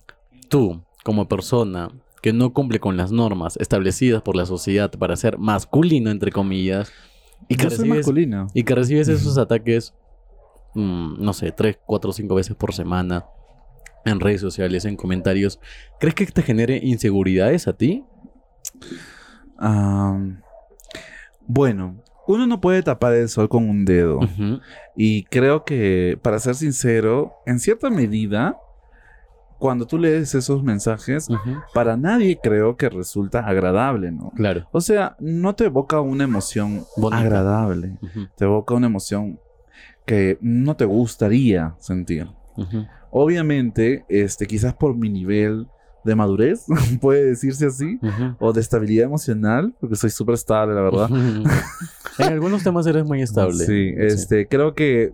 Tú, como persona que no cumple con las normas establecidas por la sociedad para ser masculino, entre comillas,
Y que
que
es
recibes-
masculino.
Y que recibes esos ataques, mm, no sé, tres, cuatro, cinco veces por semana en redes sociales, en comentarios. ¿Crees que te genere inseguridades a ti?
Ah, bueno, uno no puede tapar el sol con un dedo.
Ujú.
Y creo que, para ser sincero, en cierta medida, cuando tú lees esos mensajes,
Ujú.
para nadie creo que resulta agradable, ¿no?
Claro.
O sea, no te evoca una emoción
Bonita.
agradable.
Ujú.
Te evoca una emoción que no te gustaría sentir.
Ujú.
Obviamente, este, quizás por mi nivel de madurez, puede decirse así,
Ujú.
o de estabilidad emocional, porque soy súper estable, la verdad.
Ujú. en algunos temas eres muy estable.
Sí, este, creo que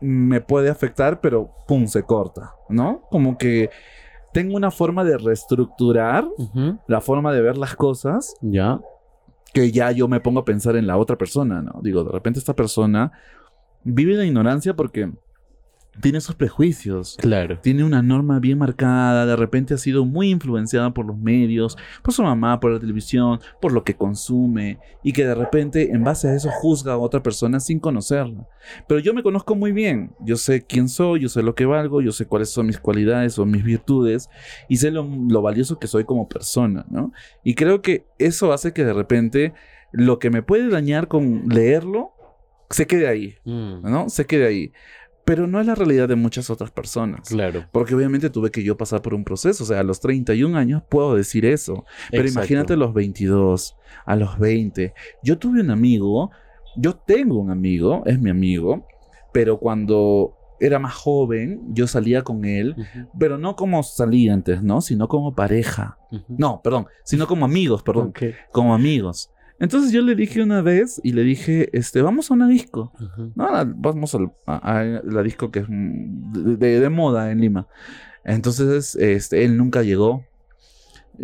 me puede afectar, pero pum, se corta, ¿no? Como que tengo una forma de reestructurar
Ujú.
la forma de ver las cosas
Ya.
que ya yo me pongo a pensar en la otra persona, ¿no? Digo, de repente esta persona vive de ignorancia porque tiene sus prejuicios.
Claro.
Tiene una norma bien marcada, de repente ha sido muy influenciada por los medios, por su mamá, por la televisión, por lo que consume, y que de repente en base a eso juzga a otra persona sin conocerla. Pero yo me conozco muy bien, yo sé quién soy, yo sé lo que valgo, yo sé cuáles son mis cualidades o mis virtudes, y sé lo, lo valioso que soy como persona, ¿no? Y creo que eso hace que de repente lo que me puede dañar con leerlo se quede ahí,
Mm.
¿no? Se quede ahí. Pero no es la realidad de muchas otras personas.
Claro.
Porque obviamente tuve que yo pasar por un proceso. O sea, a los 31 años puedo decir eso. Pero
Exacto.
imagínate a los 22, a los 20. Yo tuve un amigo, yo tengo un amigo, es mi amigo, pero cuando era más joven, yo salía con él,
Ujú.
pero no como salía antes, ¿no? Sino como pareja.
Ujú.
No, perdón, sino como amigos, perdón,
Ok.
como amigos. Entonces yo le dije una vez y le dije, este, vamos a una disco.
Ujú.
No, la- vamos al- a, a la disco que es mm, de, de- de moda en Lima. Entonces, este, él nunca llegó.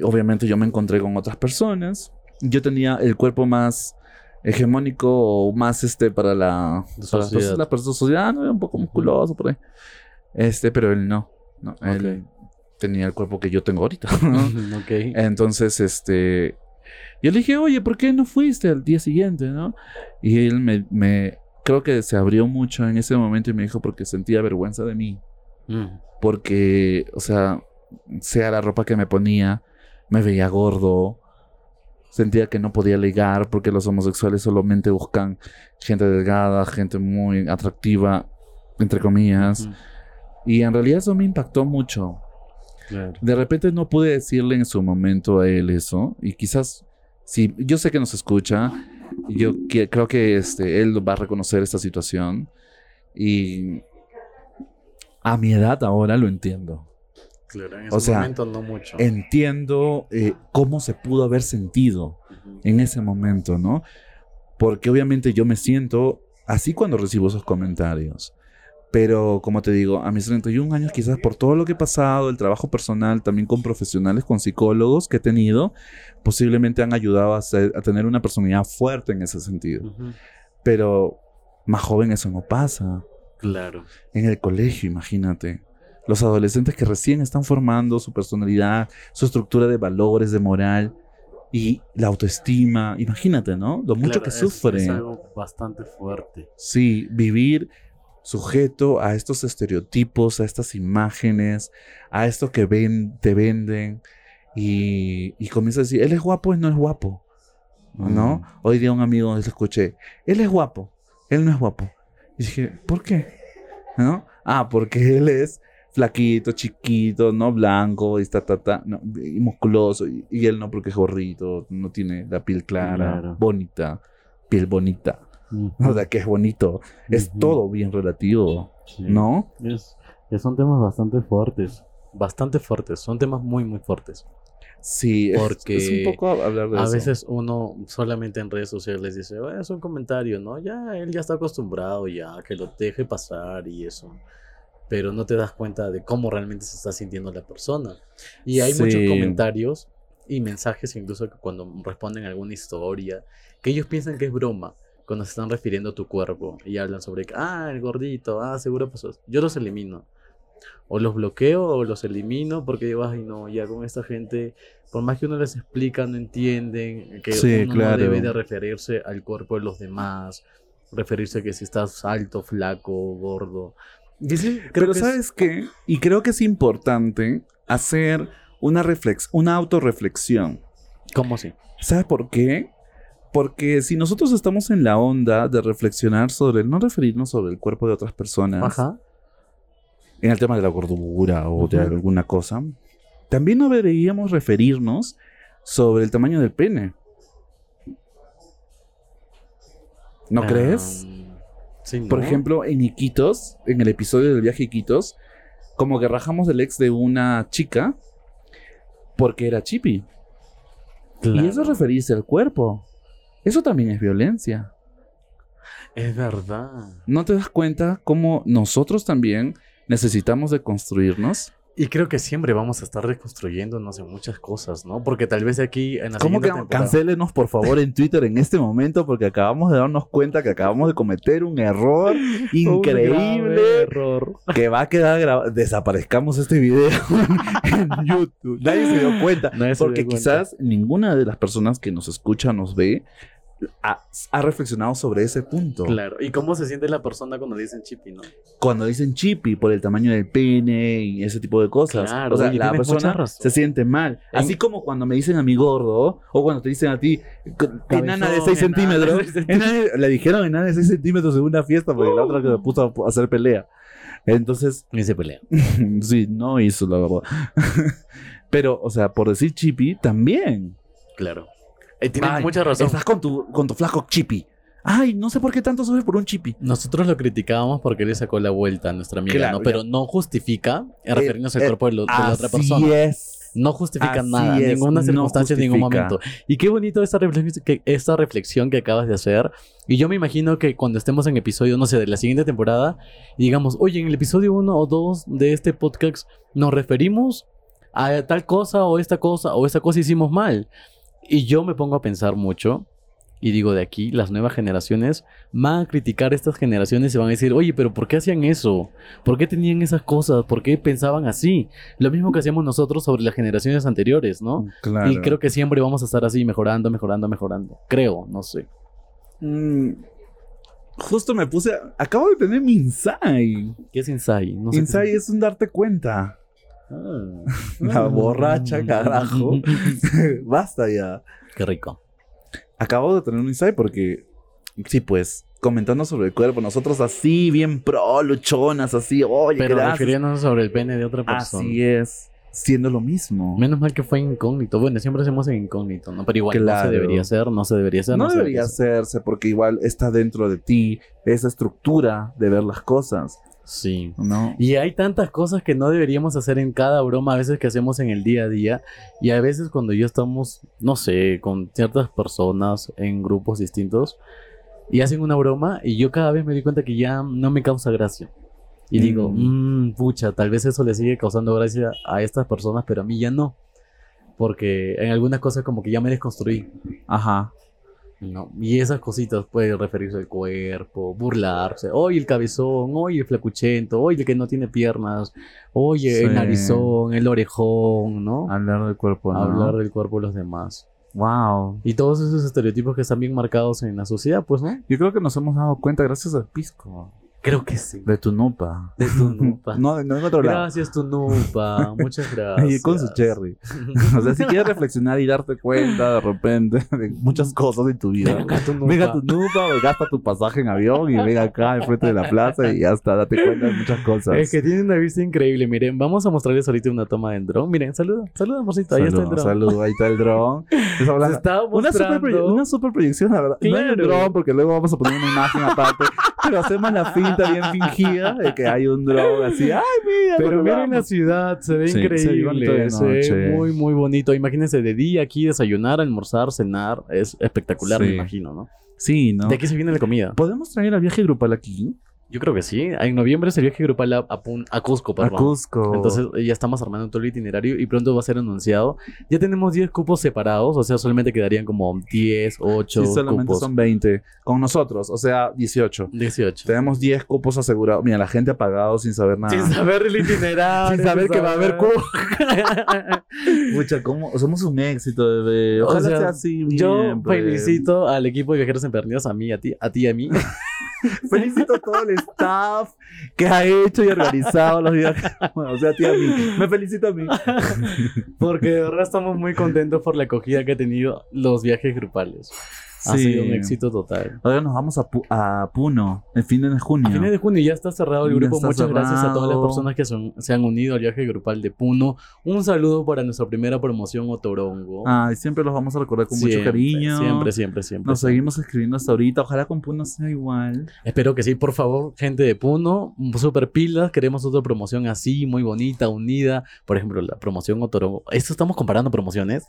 Obviamente yo me encontré con otras personas. Yo tenía el cuerpo más hegemónico o más este para la para
Sociedad.
la, para la sociedad, ¿no? Era un poco
Ujú.
musculoso por ahí. Este, pero él no. No, él tenía el cuerpo que yo tengo ahorita. ¿no?
Ujú. Ok.
Eh, Entonces, este. Yo le dije, oye, ¿por qué no fuiste al día siguiente, no? Y él me, me- Creo que se abrió mucho en ese momento y me dijo, porque sentía vergüenza de mí.
Mm.
Porque, o sea, sea la ropa que me ponía, me veía gordo. Sentía que no podía ligar porque los homosexuales solamente buscan gente delgada, gente muy atractiva, entre comillas.
Ujú.
Y en realidad eso me impactó mucho.
Claro.
De repente no pude decirle en su momento a él eso. Y quizás, si yo sé que nos escucha, yo que- creo que este, él va a reconocer esta situación. Y a mi edad ahora lo entiendo.
Claro, en
O sea,
no mucho.
Entiendo eh, cómo se pudo haber sentido
Ujú.
en ese momento, ¿no? Porque obviamente yo me siento así cuando recibo esos comentarios. Pero como te digo, a mis 31 años quizás por todo lo que he pasado, el trabajo personal, también con profesionales, con psicólogos que he tenido, posiblemente han ayudado a, ser- a tener una personalidad fuerte en ese sentido.
Ujú.
Pero más joven eso no pasa.
Claro.
En el colegio, imagínate. Los adolescentes que recién están formando su personalidad, su estructura de valores, de moral y la autoestima. Imagínate, ¿no? Lo mucho
Claro,
que
es-
sufren.
Es, algo bastante fuerte.
Sí, vivir sujeto a estos estereotipos, a estas imágenes, a esto que ven, te venden y, y comienza a decir, él es guapo, él no es guapo, ¿no?
Mm.
Hoy día un amigo le escuché, él es guapo, él no es guapo. Y dije, ¿por qué? ¿No? Ah, porque él es flaquito, chiquito, no blanco, y, ta, ta, ta, no, y musculoso, y, y él no porque es gorrito, no tiene la piel clara,
Claro.
bonita, piel bonita. O sea, que es bonito. Es
Ujú.
todo bien relativo,
Sí.
¿no?
Es- que son temas bastante fuertes. Bastante fuertes. Son temas muy, muy fuertes.
Sí, es-
Porque
es, un poco hablar de
A
eso.
veces uno solamente en redes sociales dice, "Bueno, es un comentario, ¿no? Ya, él ya está acostumbrado, ya, que lo deje pasar y eso. Pero no te das cuenta de cómo realmente se está sintiendo la persona. Y hay muchos
Sí.
comentarios y mensajes incluso que cuando responden alguna historia, que ellos piensan que es broma cuando se están refiriendo a tu cuerpo y hablan sobre, que, ah, el gordito, ah, seguro pasó. Yo los elimino. o los bloqueo o los elimino porque digo, ay no, ya con esta gente, por más que uno les explica, no entienden que
Sí,
uno
claro.
no debe de referirse al cuerpo de los demás, referirse a que si estás alto, flaco, gordo. Y sí, creo
Pero
que es-
¿sabes qué? Y creo que es importante hacer una, reflex una autorreflexión.
¿Cómo sí?
¿Sabes por qué? Porque si nosotros estamos en la onda de reflexionar sobre el no referirnos sobre el cuerpo de otras personas,
Ajá.
en el tema de la gordura o de
Ujú.
alguna cosa, también no deberíamos referirnos sobre el tamaño del pene. ¿No
Ah,
crees?
Sí,
Por
¿no?
ejemplo, en Iquitos, en el episodio del viaje a Iquitos, como que rajamos el ex de una chica porque era chipi.
Claro.
Y eso es referirse al cuerpo. Eso también es violencia.
Es verdad.
¿No te das cuenta cómo nosotros también necesitamos de construirnos?
Y creo que siempre vamos a estar reconstruyéndonos en muchas cosas, ¿no? Porque tal vez aquí en la
¿Cómo
siguiente
que
temporada-
cancelenos por favor en Twitter en este momento? Porque acabamos de darnos cuenta que acabamos de cometer un error
Un grave
increíble
error.
que va a quedar grabado. Desaparezcamos este video en YouTube. Nadie se dio cuenta.
Nadie se
porque
dio cuenta.
quizás ninguna de las personas que nos escucha, nos ve, ha, ha reflexionado sobre ese punto.
Claro. ¿Y cómo se siente la persona cuando le dicen chipi, no?
cuando dicen chippy por el tamaño del pene y ese tipo de cosas.
Claro,
o sea,
oye,
la
tienes mucha
persona
razón.
se siente mal.
En-
Así como cuando me dicen a mi gordo o cuando te dicen a ti, "C- enana de 6
enana de
centímetros.
seis
Enana- le dijeron enana de 6 centímetros en una fiesta porque la otra que me puso a hacer pelea. Entonces,
Y se pelea.
sí, no hizo la verdad. Pero, o sea, por decir chippy, también.
Claro. Eh, tienes
Ay,
mucha razón.
Estás con tu, con tu flaco chippy. Ay, no sé por qué tanto sufres por un chippy.
Nosotros lo criticábamos porque le sacó la vuelta a nuestra amiga,
Claro,
¿no? Pero no justifica el referirnos al
eh,
cuerpo de, lo- de la otra
Así
persona.
es.
No justifica
Así
nada,
es,
ninguna
no
circunstancia, en ningún
justifica.
momento. Y qué bonito esta reflexión, que, esta reflexión que acabas de hacer. Y yo me imagino que cuando estemos en episodio, no sé, de la siguiente temporada, y digamos, oye, en el episodio 1 o 2 de este podcast nos referimos a tal cosa o esta cosa o esta cosa hicimos mal. Y yo me pongo a pensar mucho. Y digo, de aquí las nuevas generaciones van a criticar a estas generaciones y van a decir, oye, pero ¿por qué hacían eso? ¿Por qué tenían esas cosas? ¿Por qué pensaban así? Lo mismo que hacíamos nosotros sobre las generaciones anteriores, ¿no?
Claro.
Y creo que siempre vamos a estar así, mejorando, mejorando, mejorando. Creo, no sé.
Mm, justo me puse. Acabo de tener mi insight.
¿Qué es Insai? No sé qué
Insight es un darte cuenta.
Ah.
La borracha, carajo. Basta ya.
Qué rico.
Acabo de tener un insight porque. Sí, pues. Comentando sobre el cuerpo, nosotros así, bien pro, luchonas, así, oye,
Pero
gracias.
refiriéndonos sobre el pene de otra persona.
Así es. Siendo lo mismo.
Menos mal que fue incógnito. Bueno, siempre hacemos en incógnito, ¿no? Pero igual no
Claro.
se debería hacer, no se debería hacer.
no
se
debería
hacer.
hacerse porque igual está dentro de ti esa estructura de ver las cosas,
Sí.
¿no?
Y hay tantas cosas que no deberíamos hacer en cada broma a veces que hacemos en el día a día. Y a veces cuando ya estamos, no sé, con ciertas personas en grupos distintos y hacen una broma y yo cada vez me di cuenta que ya no me causa gracia. Y digo, "Mm, pucha, tal vez eso le sigue causando gracia a estas personas, pero a mí ya no. Porque en algunas cosas como que ya me desconstruí.
Ajá.
No, y esas cositas puede referirse al cuerpo, burlarse, oye el cabezón, oye el flacuchento, oye el que no tiene piernas, oye
Sí. Ah,
el narizón, el orejón, ¿no?
Hablar del cuerpo, ¿no?
Hablar del cuerpo de los demás.
Wow.
Y todos esos estereotipos que están bien marcados en la sociedad, pues, ¿no?
Yo creo que nos hemos dado cuenta gracias al pisco.
Creo que sí.
De Tunupa.
De Tunupa.
no, de- no en otro lado.
Gracias, Tunupa. Muchas gracias.
Y con su cherry. O sea, si quieres reflexionar y darte cuenta de repente de muchas cosas en tu vida.
Ven acá, Tunupa.
Venga a Tunupa, o gasta tu pasaje en avión y venga acá enfrente de la plaza y ya está, date cuenta de muchas cosas.
Es que tienen una vista increíble. Miren, vamos a mostrarles ahorita una toma del dron. Miren, saluda, saluda, amorcito. Ahí está el
Saludo,
dron.
saludo, ahí está el dron. Esa
Se
blanca-
está
Una super,
mostrando.
una super proyección, la verdad. No hay un
Claro.
dron porque luego vamos a poner una imagen aparte. pero hacemos la finta bien fingida de que hay un dron así. Ah, ¡Ay, mira!
Pero
lo
miren la
logramos!
ciudad, se ve
Sí, se ve bonito
increíble,
de
se ve
noche.
muy, muy bonito. Imagínense de día aquí desayunar, almorzar, cenar, es espectacular,
Sí.
me imagino, ¿no?
Sí, ¿no?
De aquí se viene la comida.
¿Podemos traer al viaje grupal aquí?
Yo creo que sí. En noviembre es el viaje grupal a, a Pun- a Cusco,
A
perdón.
Cusco.
Pues Entonces eh, ya estamos armando todo el itinerario y pronto va a ser anunciado. Ya tenemos 10 cupos separados, o sea, solamente quedarían como 10, 8
Sí, solamente
cupos.
son 20. Con nosotros, o sea, 18.
18.
Tenemos 10 cupos asegurados. Mira, la gente ha pagado sin saber nada.
Sin saber el itinerario, sin
Sin
saber que va a haber
saber.
cupos.
Pucha, ¿cómo? Somos un éxito, bebé.
O
Ojalá
sea,
sea así.
Yo
siempre.
felicito al equipo de viajeros empedernidos, a mí, a ti, a ti y a mí.
Felicito a todo el staff que ha hecho y organizado los viajes. Bueno, o sea, a ti y a mí. Me felicito a mí.
Porque de verdad estamos muy contentos por la acogida que ha tenido los viajes grupales. Ha
Sí.
sido un éxito total.
Ahora nos vamos a, Pu- a Puno, el fin de junio.
A fines de junio ya está cerrado el
Ya
grupo.
está
Muchas gracias a todas las
cerrado.
personas que son- se han unido al viaje grupal de Puno. Un saludo para nuestra primera promoción Otorongo.
Ay, siempre los vamos a recordar Ah, con mucho
Siempre,
cariño.
Siempre, siempre, siempre.
Nos seguimos escribiendo hasta ahorita. Ojalá con Puno sea igual.
Espero que sí, por favor, gente de Puno, super pilas, queremos otra promoción así, muy bonita, unida. Por ejemplo, la promoción Otorongo. Esto estamos comparando promociones.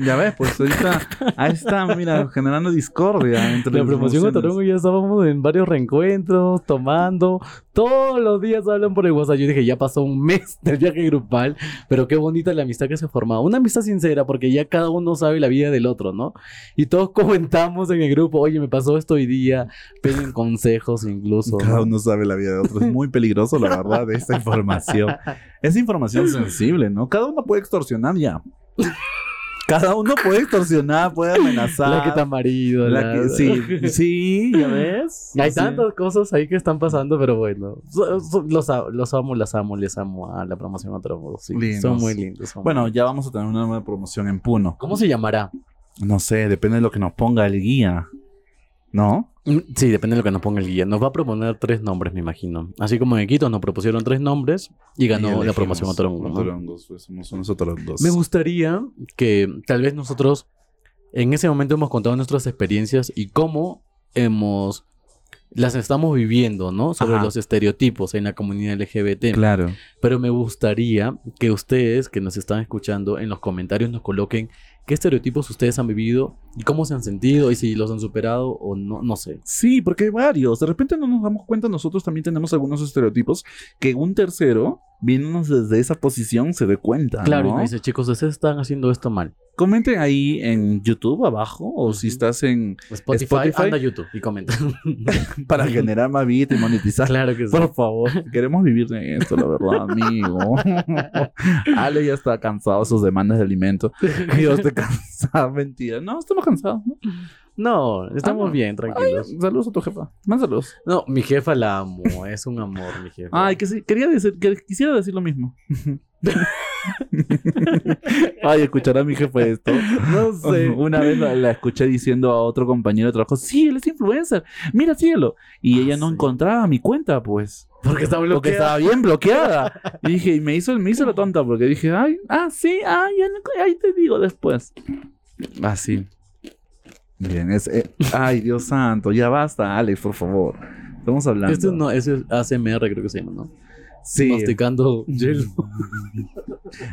Ya ves, pues ahorita, ahí está, mira, generando discordia entre
La
las
promoción
emociones.
Otorongo ya estábamos en varios reencuentros, tomando. Todos los días hablan por el WhatsApp. Yo dije, ya pasó un mes del viaje grupal, pero qué bonita la amistad que se formaba. Una amistad sincera, porque ya cada uno sabe la vida del otro, ¿no? Y todos comentamos en el grupo, oye, me pasó esto hoy día, piden consejos incluso. ¿no?
Cada uno sabe la vida de otro. Es muy peligroso, la verdad, de esta información. Es información sensible, ¿no? Cada uno puede extorsionar ya. Cada uno puede extorsionar, puede amenazar.
La que está marido.
La que- sí, sí, ya ves.
Hay
Sí.
tantas cosas ahí que están pasando, pero bueno. So- so- los, a- los amo, las amo, les amo a la promoción Otorongo. Sí, son
Lindos.
muy lindos. son
Bueno, ya vamos a tener una nueva promoción en Puno.
¿Cómo se llamará?
No sé, depende de lo que nos ponga el guía. ¿No?
Mm, Sí, depende de lo que nos ponga el guía. Nos va a proponer tres nombres, me imagino. Así como en Quito nos propusieron tres nombres y ganó la promoción Otorongo. ¿no?
pues, somos unos otorongos.
Me gustaría que tal vez nosotros en ese momento hemos contado nuestras experiencias y cómo hemos las estamos viviendo, ¿no? Sobre
Ajá.
los estereotipos en la comunidad LGBT.
Claro.
Pero me gustaría que ustedes que nos están escuchando en los comentarios nos coloquen qué estereotipos ustedes han vivido y cómo se han sentido y si los han superado o no, no sé.
Sí, porque hay varios. De repente no nos damos cuenta, nosotros también tenemos algunos estereotipos que un tercero, viéndonos desde esa posición, se dé cuenta.
Claro, y
¿no?
me dice, chicos, ustedes están haciendo esto mal.
Comenten ahí en YouTube abajo o si
Ujú.
estás en.
Spotify,
Spotify.
anda a YouTube y comenta.
para generar más vida y monetizar.
claro que sí.
Por favor, queremos vivir de esto, la verdad, amigo. Ale ya está cansado de sus demandas de alimento. Yo estoy cansado, mentira. No, estamos cansados. ¿no?
No, estamos
Ah, no.
bien, tranquilos.
Saludos a tu jefa. Más saludos.
No, mi jefa la amo, es un amor, mi jefa.
Ay, que sí, quería decir, que quisiera decir lo mismo. Ay, escuchará mi jefe esto.
no sé.
Una vez la, la escuché diciendo a otro compañero de trabajo, sí, él es influencer, mira cielo. Y
Ah,
ella no
sí.
encontraba mi cuenta, pues.
Porque está
Porque
bloqueada.
estaba bien bloqueada. Y dije, y me hizo, me hizo la tonta porque dije, ay, ah, sí, ah, ya no- ahí te digo después. Así. Bien, es, eh, ay, Dios santo, ya basta, Alex, por favor. Estamos hablando.
Esto no, eso es ACMR creo que se llama, ¿no?
sí.
Masticando hielo.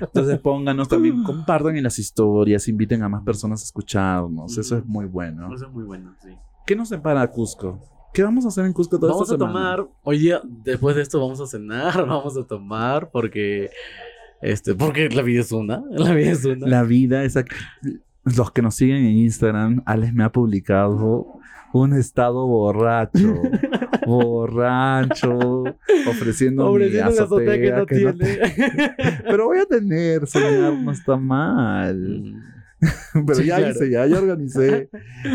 Entonces pónganos también, compartan en las historias, inviten a más personas a escucharnos. Eso es
Mm.
muy bueno.
Eso es muy bueno, sí.
¿Qué nos separa a Cusco? ¿Qué vamos a hacer en Cusco toda
Vamos
esta
a
semana?
tomar, hoy día, después de esto vamos a cenar, vamos a tomar, porque, este, porque la vida es una, la vida es una.
La vida es aquí. Los que nos siguen en Instagram, Alex me ha publicado un estado borracho. borracho. Ofreciendo
Pobre,
mi
tiene una azotea que no
que no
tiene.
te- Pero voy a tener, soñar no está mal.
Mm.
Pero
Sí,
ya
claro.
hice, ya, ya organicé.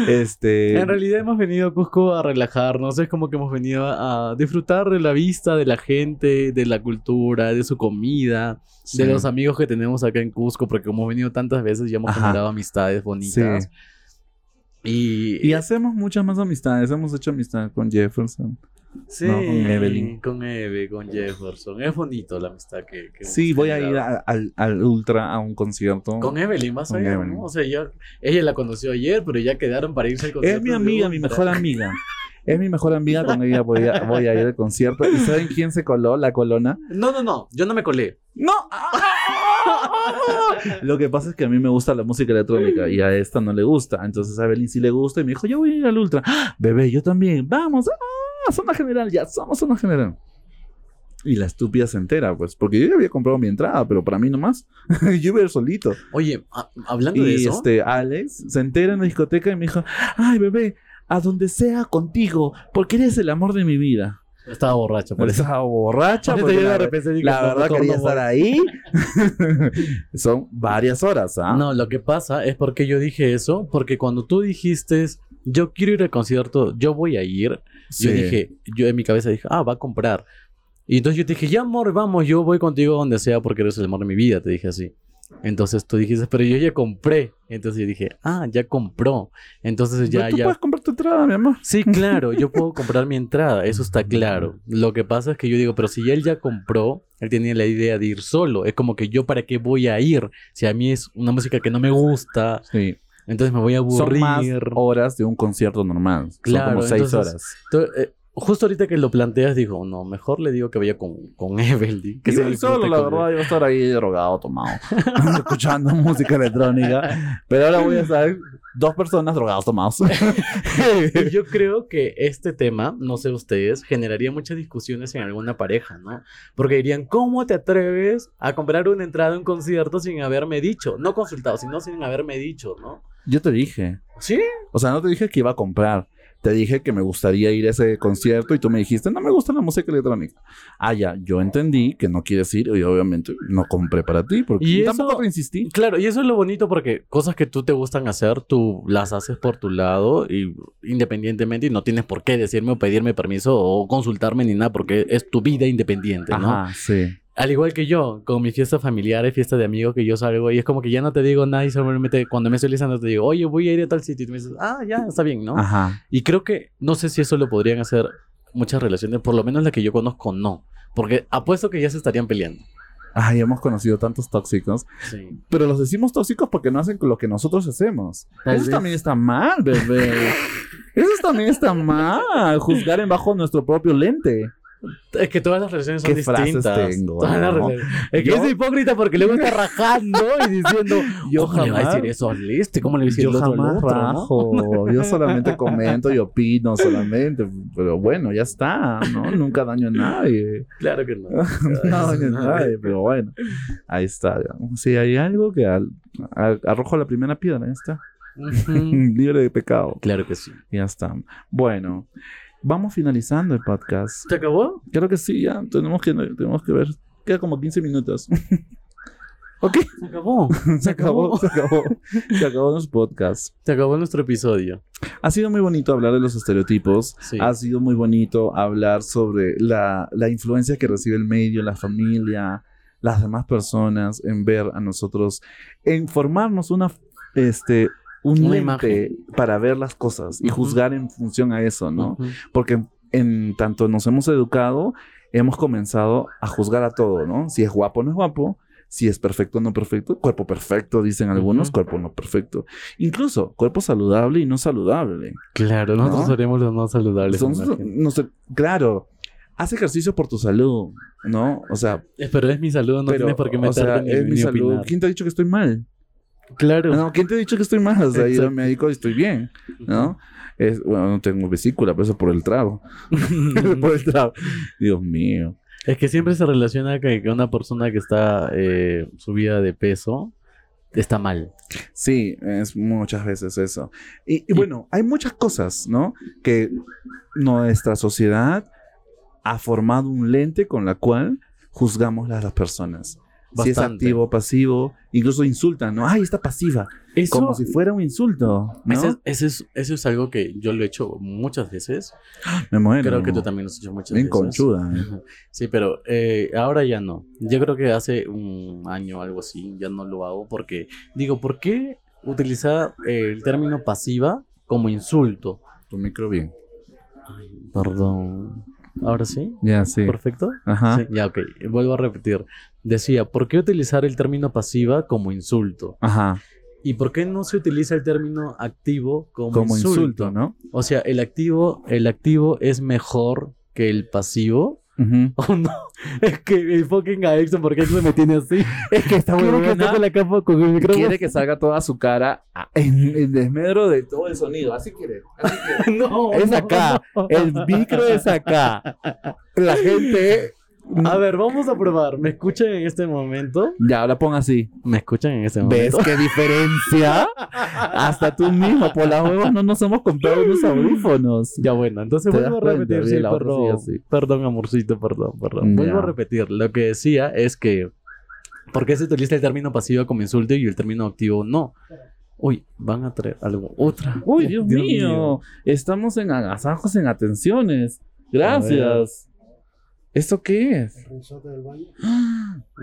Este.
En realidad hemos venido a Cusco a relajarnos, es como que hemos venido a disfrutar de la vista de la gente, de la cultura, de su comida,
sí.
de los amigos que tenemos acá en Cusco, porque como hemos venido tantas veces ya hemos
Ajá.
generado amistades bonitas. Y,
Y hacemos muchas más amistades. Hemos hecho amistad con Jefferson.
sí,
no, con Evelyn.
Con Eve, con Jefferson. Es bonito la amistad que... que
Sí,
hemos
voy a
generado.
ir a- al, al Ultra a un concierto.
Con Evelyn, más
Con
allá,
Evelyn.
¿no? O sea, ya- ella la conoció ayer, pero ya quedaron para irse al concierto.
es mi
de
amiga, mi
Ultra.
mejor amiga. Es mi mejor amiga, con ella voy a, voy a ir al concierto. ¿Y saben quién se coló? La colona.
No, no, no, yo no me colé.
¡No! Lo que pasa es que a mí me gusta la música electrónica y a esta no le gusta. Entonces a Evelyn sí le gusta y me dijo, yo voy a ir al Ultra. ¡Ah! Bebé, yo también. Vamos. ¡Ah! zona general, ya somos zona general. Y la estúpida se entera, pues, porque yo ya había comprado mi entrada, pero para mí nomás, yo iba a ir solito.
Oye, ha- hablando de
Y
eso.
este, Alex se entera en la discoteca y me dijo, ay bebé, a donde sea contigo, porque eres el amor de mi vida.
Estaba borracho, por eso.
Estaba borracha,
Ahorita
porque
yo de
la,
repente digo,
la
no,
verdad
mejor
quería
no
estar
voy.
ahí. Son varias horas, ¿ah?
No, lo que pasa es porque yo dije eso, porque cuando tú dijiste, yo quiero ir al concierto, yo voy a ir, yo
Sí.
dije, yo en mi cabeza dije, ah, va a comprar. Y entonces yo te dije, ya amor, vamos, yo voy contigo donde sea porque eres el amor de mi vida, te dije así. Entonces tú dijiste, pero yo ya compré. Entonces yo dije, ah, ya compró. Entonces
Pero
ya,
Pues tú
ya.
puedes comprar tu entrada, mi amor.
Sí, claro, yo puedo comprar mi entrada, eso está claro. Lo que pasa es que yo digo, pero si él ya compró, él tenía la idea de ir solo. Es como que yo, ¿para qué voy a ir? Si a mí es una música que no me gusta,
Sí.
entonces me voy a
Son más
aburrir.
horas de un concierto normal. Son
Claro,
como seis
entonces,
horas.
To- eh, Justo ahorita que lo planteas, digo, no, mejor le digo que vaya con, con Evelyn. Que
Que
se
soy solo,
disfrute
la
con
verdad, iba a estar ahí drogado, tomado, escuchando música electrónica. Pero ahora voy a estar dos personas drogados, tomados.
él. Y yo creo que este tema, no sé ustedes, generaría muchas discusiones en alguna pareja, ¿no? Porque dirían, ¿cómo te atreves a comprar una entrada a un concierto sin haberme dicho? No consultado, sino sin haberme dicho, ¿no?
Yo te dije.
Sí,
O sea, no te dije que iba a comprar. Te dije que me gustaría ir a ese concierto y tú me dijiste, no me gusta la música electrónica. Ah, ya, yo entendí que no quieres ir y obviamente no compré para ti porque
Y eso-
tampoco te insistí.
claro, y eso es lo bonito porque cosas que tú te gustan hacer, tú las haces por tu lado y independientemente y no tienes por qué decirme o pedirme permiso o consultarme ni nada porque es tu vida independiente, ¿no?
Ajá, sí.
Al igual que yo, con mis fiestas familiares, fiestas de amigos que yo salgo y es como que ya no te digo nada y solamente cuando me estoy listando te digo, oye, voy a ir a tal sitio y tú me dices, ah, ya, está bien, ¿no?
Ajá.
Y creo que, no sé si eso lo podrían hacer muchas relaciones, por lo menos las que yo conozco, no. Porque apuesto que ya se estarían peleando.
Ay, hemos conocido tantos tóxicos.
Sí.
Pero los decimos tóxicos porque no hacen lo que nosotros hacemos.
Tal
Eso
vez.
también está mal, bebé. Eso también está mal. Juzgar en bajo nuestro propio lente.
Es que todas las relaciones son
¿Qué frases
distintas.
tengo,
Todas las
no?
relaciones. Es que
Yo-
es hipócrita porque luego está rajando y diciendo,
Yo
¿cómo le va a
jamás-
decir eso al este? ¿Cómo le va a decir
Yo
el otro al
jamás
otro, no?
rajo. Yo solamente comento y opino solamente. Pero bueno, ya está, ¿no? Nunca daño a nadie.
Claro que no.
No daño a nadie, pero bueno. Ahí está. Si hay algo que al- a- arrojo la primera piedra, ya está. Mm.
Ujú.
Libre de pecado.
Claro que sí.
Ya está. Bueno, vamos finalizando el podcast.
¿Se acabó?
Creo que sí, ya. Tenemos que, tenemos que ver. Queda como 15 minutos. ok.
Se acabó.
Se acabó, se acabó. Se acabó nuestro podcast.
Se acabó nuestro episodio.
Ha sido muy bonito hablar de los estereotipos.
Sí.
Ha sido muy bonito hablar sobre la, la influencia que recibe el medio, la familia, las demás personas en ver a nosotros, en formarnos una, este, un
Una
lente
imagen.
para ver las cosas y
Ujú.
juzgar en función a eso, ¿no?
Ujú.
porque en tanto nos hemos educado, hemos comenzado a juzgar a todo, ¿no? Si es guapo, no es guapo, si es perfecto, no perfecto, cuerpo perfecto, dicen algunos,
Ujú.
cuerpo no perfecto, incluso cuerpo saludable y no saludable.
Claro, nosotros
¿No?
seremos los más saludables.
Son-
me imagino.
Pues no sé, claro, haz ejercicio por tu salud, ¿no? O sea,
Eh, Pero es mi salud, no
pero,
tienes por qué
o sea,
meterte ni,
es mi
ni
salud.
opinar.
¿Quién te ha dicho que estoy mal?
Claro.
No, ¿quién te ha dicho que estoy mal? O sea, ir
Exacto.
al médico y estoy bien, ¿no? Es, bueno, no tengo vesícula, pero eso por el trago. por el trago. Dios mío.
es que siempre se relaciona que, que una persona que está eh, subida de peso está mal.
Sí, es muchas veces eso. Y, y bueno, hay muchas cosas, ¿no? Que nuestra sociedad ha formado un lente con la cual juzgamos a las personas. Si es
Bastante.
activo o pasivo, incluso insultan, ¿no? ¡Ay, está pasiva!
Eso,
Como si fuera un insulto, ¿no?
ese, ese es, eso es algo que yo lo he hecho muchas veces.
Me muero.
Creo que tú también lo has hecho muchas
Bien
veces.
conchuda. ¿eh?
Sí, pero eh, ahora ya no. Yo creo que hace un año o algo así, ya no lo hago porque digo, ¿por qué utilizar eh, el término pasiva como insulto?
Tu micro bien.
Perdón. ¿Ahora sí?
Ya, sí. Ah.
¿Perfecto?
Ajá.
Sí, ya, ok. Vuelvo a repetir. Decía, ¿por qué utilizar el término pasiva como insulto?
Ajá.
¿Y por qué no se utiliza el término activo como,
Como
insulto?
insulto, ¿no?
O sea, el activo, el activo es mejor que el pasivo.
Ujú.
Oh, no. Es que el fucking Aexon, ¿por qué se me tiene así?
Es que esta
Quiero que esté
huevona
con la capa con el micrófono.
quiere que salga toda su cara a- en, en desmedro de todo el sonido. Así quiere. Así quiere.
No,
Es
Oh, no,
acá.
no.
El micro es acá. La gente.
A ver, vamos a probar. ¿Me escuchan en este momento?
Ya, ahora pon así.
¿Me escuchan en este
¿Ves qué diferencia? Hasta tú mismo, por las huevas no nos hemos comprado unos audífonos.
Ya bueno, entonces
¿Te
vuelvo a
das cuenta?
repetir,
Bien,
sí,
la otra
perdón,
sí, así.
perdón, amorcito, perdón, perdón. Vuelvo a
Ya.
repetir, lo que decía es que ¿por qué se utiliza el término pasivo como insulto y el término activo no? Uy, van a traer algo, otra.
Uy, Dios, mío. Estamos en agasajos, en atenciones. Gracias. ¿Esto qué es?
risotto del baño.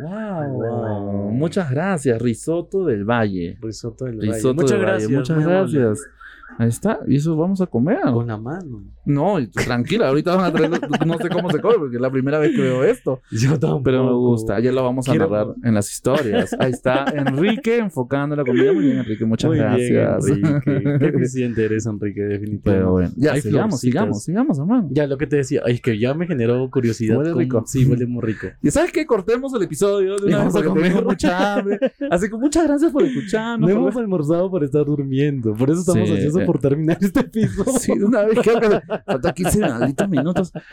Wow,
Wow.
Muchas gracias, Risotto del Valle.
Risotto del Valle.
Risotto
Muchas
del Valle,
gracias,
Muchas
muy amable.
gracias. Ahí está. ¿Y eso vamos a comer?
Con la mano.
No, y- tranquila, ahorita van a traer. No sé cómo se come porque es la primera vez que veo esto.
Yo tampoco.
Pero me gusta. Ya lo vamos a
Quiero-
narrar en las historias. Ahí está Enrique enfocando la comida. Muy bien, Enrique. Muchas
Muy
gracias.
bien, Enrique. Qué eficiente eres, Enrique, definitivamente.
Pero bueno, ya
Hay
sigamos,
florcitas.
sigamos, sigamos, hermano.
Ya lo que te decía, ay, es que ya me generó curiosidad.
Huele
cómo-
rico.
Sí, huele muy rico.
¿Y sabes qué? Cortemos el episodio de
Y
una vez
vamos a
porque
comer.
tengo mucha hambre. Así que muchas gracias por escucharnos. por-
No hemos almorzado por estar durmiendo. Por eso estamos
Sí,
ansiosos
eh.
por terminar este episodio.
Sí, de una vez creo que faltan 15 malditos minutos.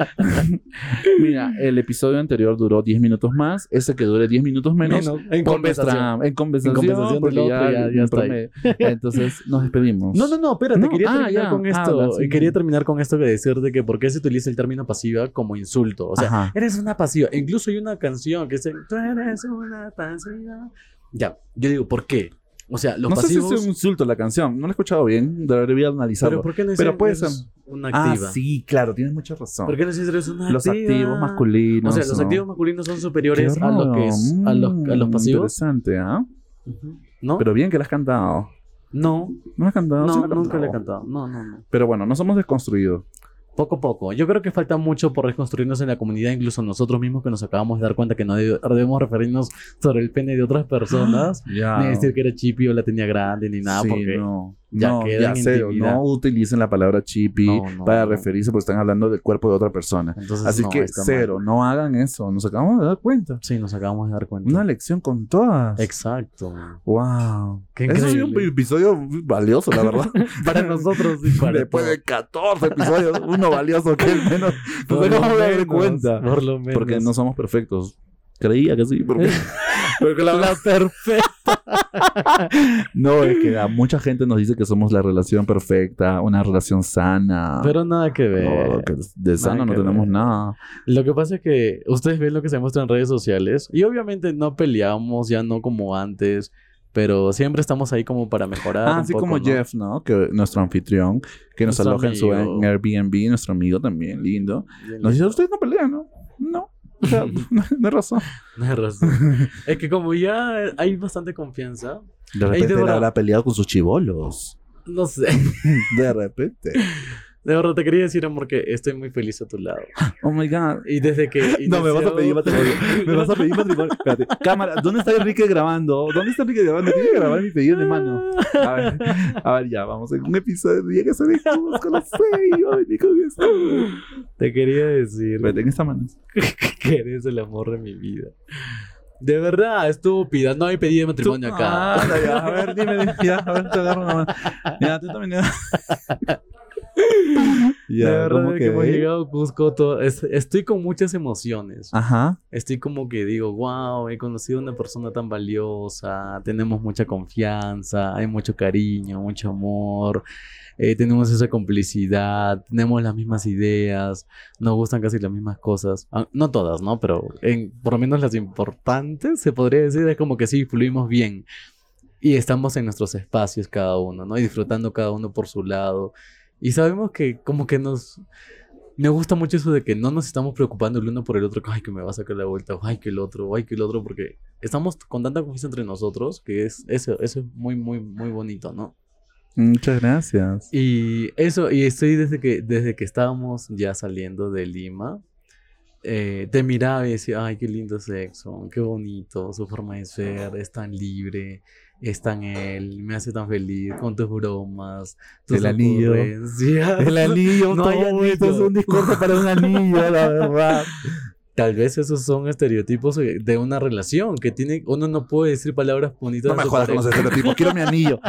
Mira, el episodio anterior duró 10 minutos más. Ese que dure 10 minutos menos.
Menos, en
por
conversación.
nuestra- en conversación.
En conversación
porque
del otro, ya- ya
en
está ahí.
promedio. Entonces nos despedimos.
No, no, no, espérate,
No,
quería
ah,
terminar
ya,
con esto. eh,
habla, sí.
Quería terminar con esto que decirte que por qué se utiliza el término pasiva como insulto. O sea,
Ajá.
eres una pasiva. E Incluso hay una canción que dice, tú eres una pasiva. Ya, yo digo, ¿por qué? O sea, los
No sé si
pasivos.
es un insulto la canción. No la he escuchado bien. Debería analizarlo.
Pero ¿por qué no
Pero
dicen
puede
eres
ser.
una
ah,
activa?
sí, claro. Tienes mucha razón.
¿Por qué no dicen eres una
Los
activa?
activos masculinos.
Ah. O sea, los
¿no?
activos masculinos son
Qué
superiores a los que es-
raro.
a los, a los
Mm,
pasivos.
Interesante, ¿ah?
Ujú. ¿No?
Pero bien que la has cantado.
no,
No la has cantado.
no,
Sí la
nunca le he cantado. No, no, no.
Pero bueno, no somos desconstruidos.
Poco a poco. Yo creo que falta mucho por reconstruirnos en la comunidad, incluso nosotros mismos que nos acabamos de dar cuenta que no deb- debemos referirnos sobre el pene de otras personas,
Ah, Ya.
ni decir que era chipi o la tenía grande, ni nada,
Sí,
porque
no,
ya
no,
queda en
cero.
intimidad.
No utilicen la palabra chippy
No, no,
para
no.
referirse porque están hablando del cuerpo de otra persona.
entonces
Así
no,
que
está mal.
cero, no hagan eso. Nos acabamos de dar cuenta.
Sí, nos acabamos de dar cuenta.
Una lección con todas.
Exacto.
wow.
Qué
Eso ha sido un
increíble.
episodio valioso, la verdad.
Para nosotros y para
Después
todos.
de 14 episodios, uno valioso que el menos. Nos
Por lo
acabamos de dar
menos,
cuenta.
Por lo menos.
Porque no somos perfectos. Creía que sí, porque, porque la verdad-
La perfecta.
No, es que a mucha gente nos dice que somos la relación perfecta, una relación sana.
Pero nada que ver.
No, que de sana no
que
tenemos
ver.
nada.
Lo que pasa es que ustedes ven lo que se muestra en redes sociales y obviamente no peleamos, ya no como antes, pero siempre estamos ahí como para mejorar.
Ah,
un
así
poco,
como
¿no?
Jeff, ¿no? Que nuestro anfitrión, que nos
Nuestro
aloja en su
amigo.
en Airbnb, nuestro amigo también, lindo. Nos dice, ustedes no pelean, ¿no? No. O sea, no, no hay razón.
Tienes razón. es que como ya hay bastante confianza,
De
repente
repente
él
él
habrá
habrá peleado con sus chivolos.
no sé.
De repente.
De verdad te quería decir, amor, que estoy muy feliz a tu lado.
Oh my God.
Y desde que...
No, me vas a
inició-
pedir matrimonio. Me vas a pedir matrimonio. Espérate. Cámara, ¿dónde está Enrique grabando? ¿Dónde está Enrique grabando? Tiene que grabar mi pedido de mano. A ver, a ver, ya, vamos. En un episodio tenía que ser de Cusco, lo sé. Iba a venir con esto.
Te quería decir
Espérate, en esta mano.
que eres el amor de mi vida. De verdad, estúpida. No hay pedido de matrimonio acá.
Ah, ya, a ver, dime, dime, ya, a ver, te agarro una mano. Ya, tú también. ya.
de
Ya,
verdad
como
que,
que.
hemos llegado a Cusco, todo- es- estoy con muchas emociones.
Ajá.
Estoy como que digo, wow, he conocido a una persona tan valiosa, tenemos mucha confianza, hay mucho cariño, mucho amor, eh, tenemos esa complicidad, tenemos las mismas ideas, nos gustan casi las mismas cosas, Ah, no todas, ¿no? Pero en, por lo menos las importantes, se podría decir, es como que sí, fluimos bien y estamos en nuestros espacios cada uno, ¿no? Y disfrutando cada uno por su lado. Y sabemos que como que nos, me gusta mucho eso de que no nos estamos preocupando el uno por el otro, que, ay, que me va a sacar la vuelta, o, ay, que el otro, o, ay, que el otro, porque estamos con tanta confianza entre nosotros que es, eso, eso es muy, muy, muy bonito, ¿no?
Muchas gracias.
Y eso, y estoy desde que, desde que estábamos ya saliendo de Lima, eh, te miraba y decía, ay, qué lindo sexo, qué bonito, su forma de ser, es tan libre, es tan él, me hace tan feliz con tus bromas, tus
El anillo.
ocurrencias".
El anillo,
No
todo
hay anillo.
esto es un discurso para un anillo, la verdad.
Tal vez esos son estereotipos de una relación que tiene, uno no puede decir palabras bonitas.
No
a
me
su
jodas con los
pareja.
estereotipos. Quiero mi anillo.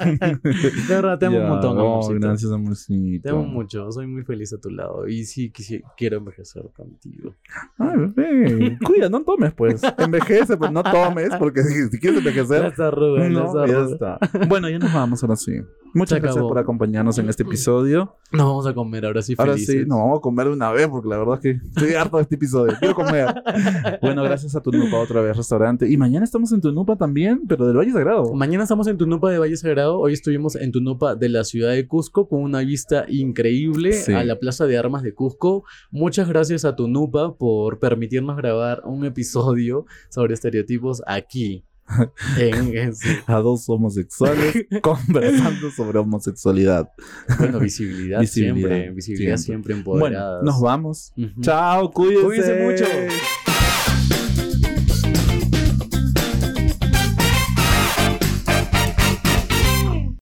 De verdad, te amo
Ya,
un montón,
no,
amorcito.
gracias, amorcito.
Te amo mucho, soy muy feliz a tu lado y sí quisi- quiero envejecer contigo.
Ay, bebé. Cuida, no tomes, pues. Envejece, pues no tomes, porque si, si quieres
Ya
envejecer,
está Rubén, ya
no,
está
ya
Rubén.
está. Bueno, ya nos vamos ahora sí. Muchas
Se
gracias
acabó.
por acompañarnos en este episodio.
Nos vamos a comer ahora sí
Ahora
felices.
sí, nos vamos a comer de una vez, porque la verdad es que estoy harto de este episodio. Quiero comer. Bueno, gracias a Tunupa otra vez, restaurante. Y mañana estamos en Tunupa también, pero del Valle Sagrado.
Mañana estamos en Tunupa de Valle Sagrado. Hoy estuvimos en Tunupa de la ciudad de Cusco con una vista increíble
Sí.
a la Plaza de Armas de Cusco. Muchas gracias a Tunupa por permitirnos grabar un episodio sobre estereotipos aquí. En- en su-
A dos homosexuales conversando sobre homosexualidad.
bueno, visibilidad,
Visibilidad,
siempre, visibilidad siempre,
Bueno,
empoderadas.
nos vamos.
Ujú.
Chao, cuídense.
Cuídense mucho.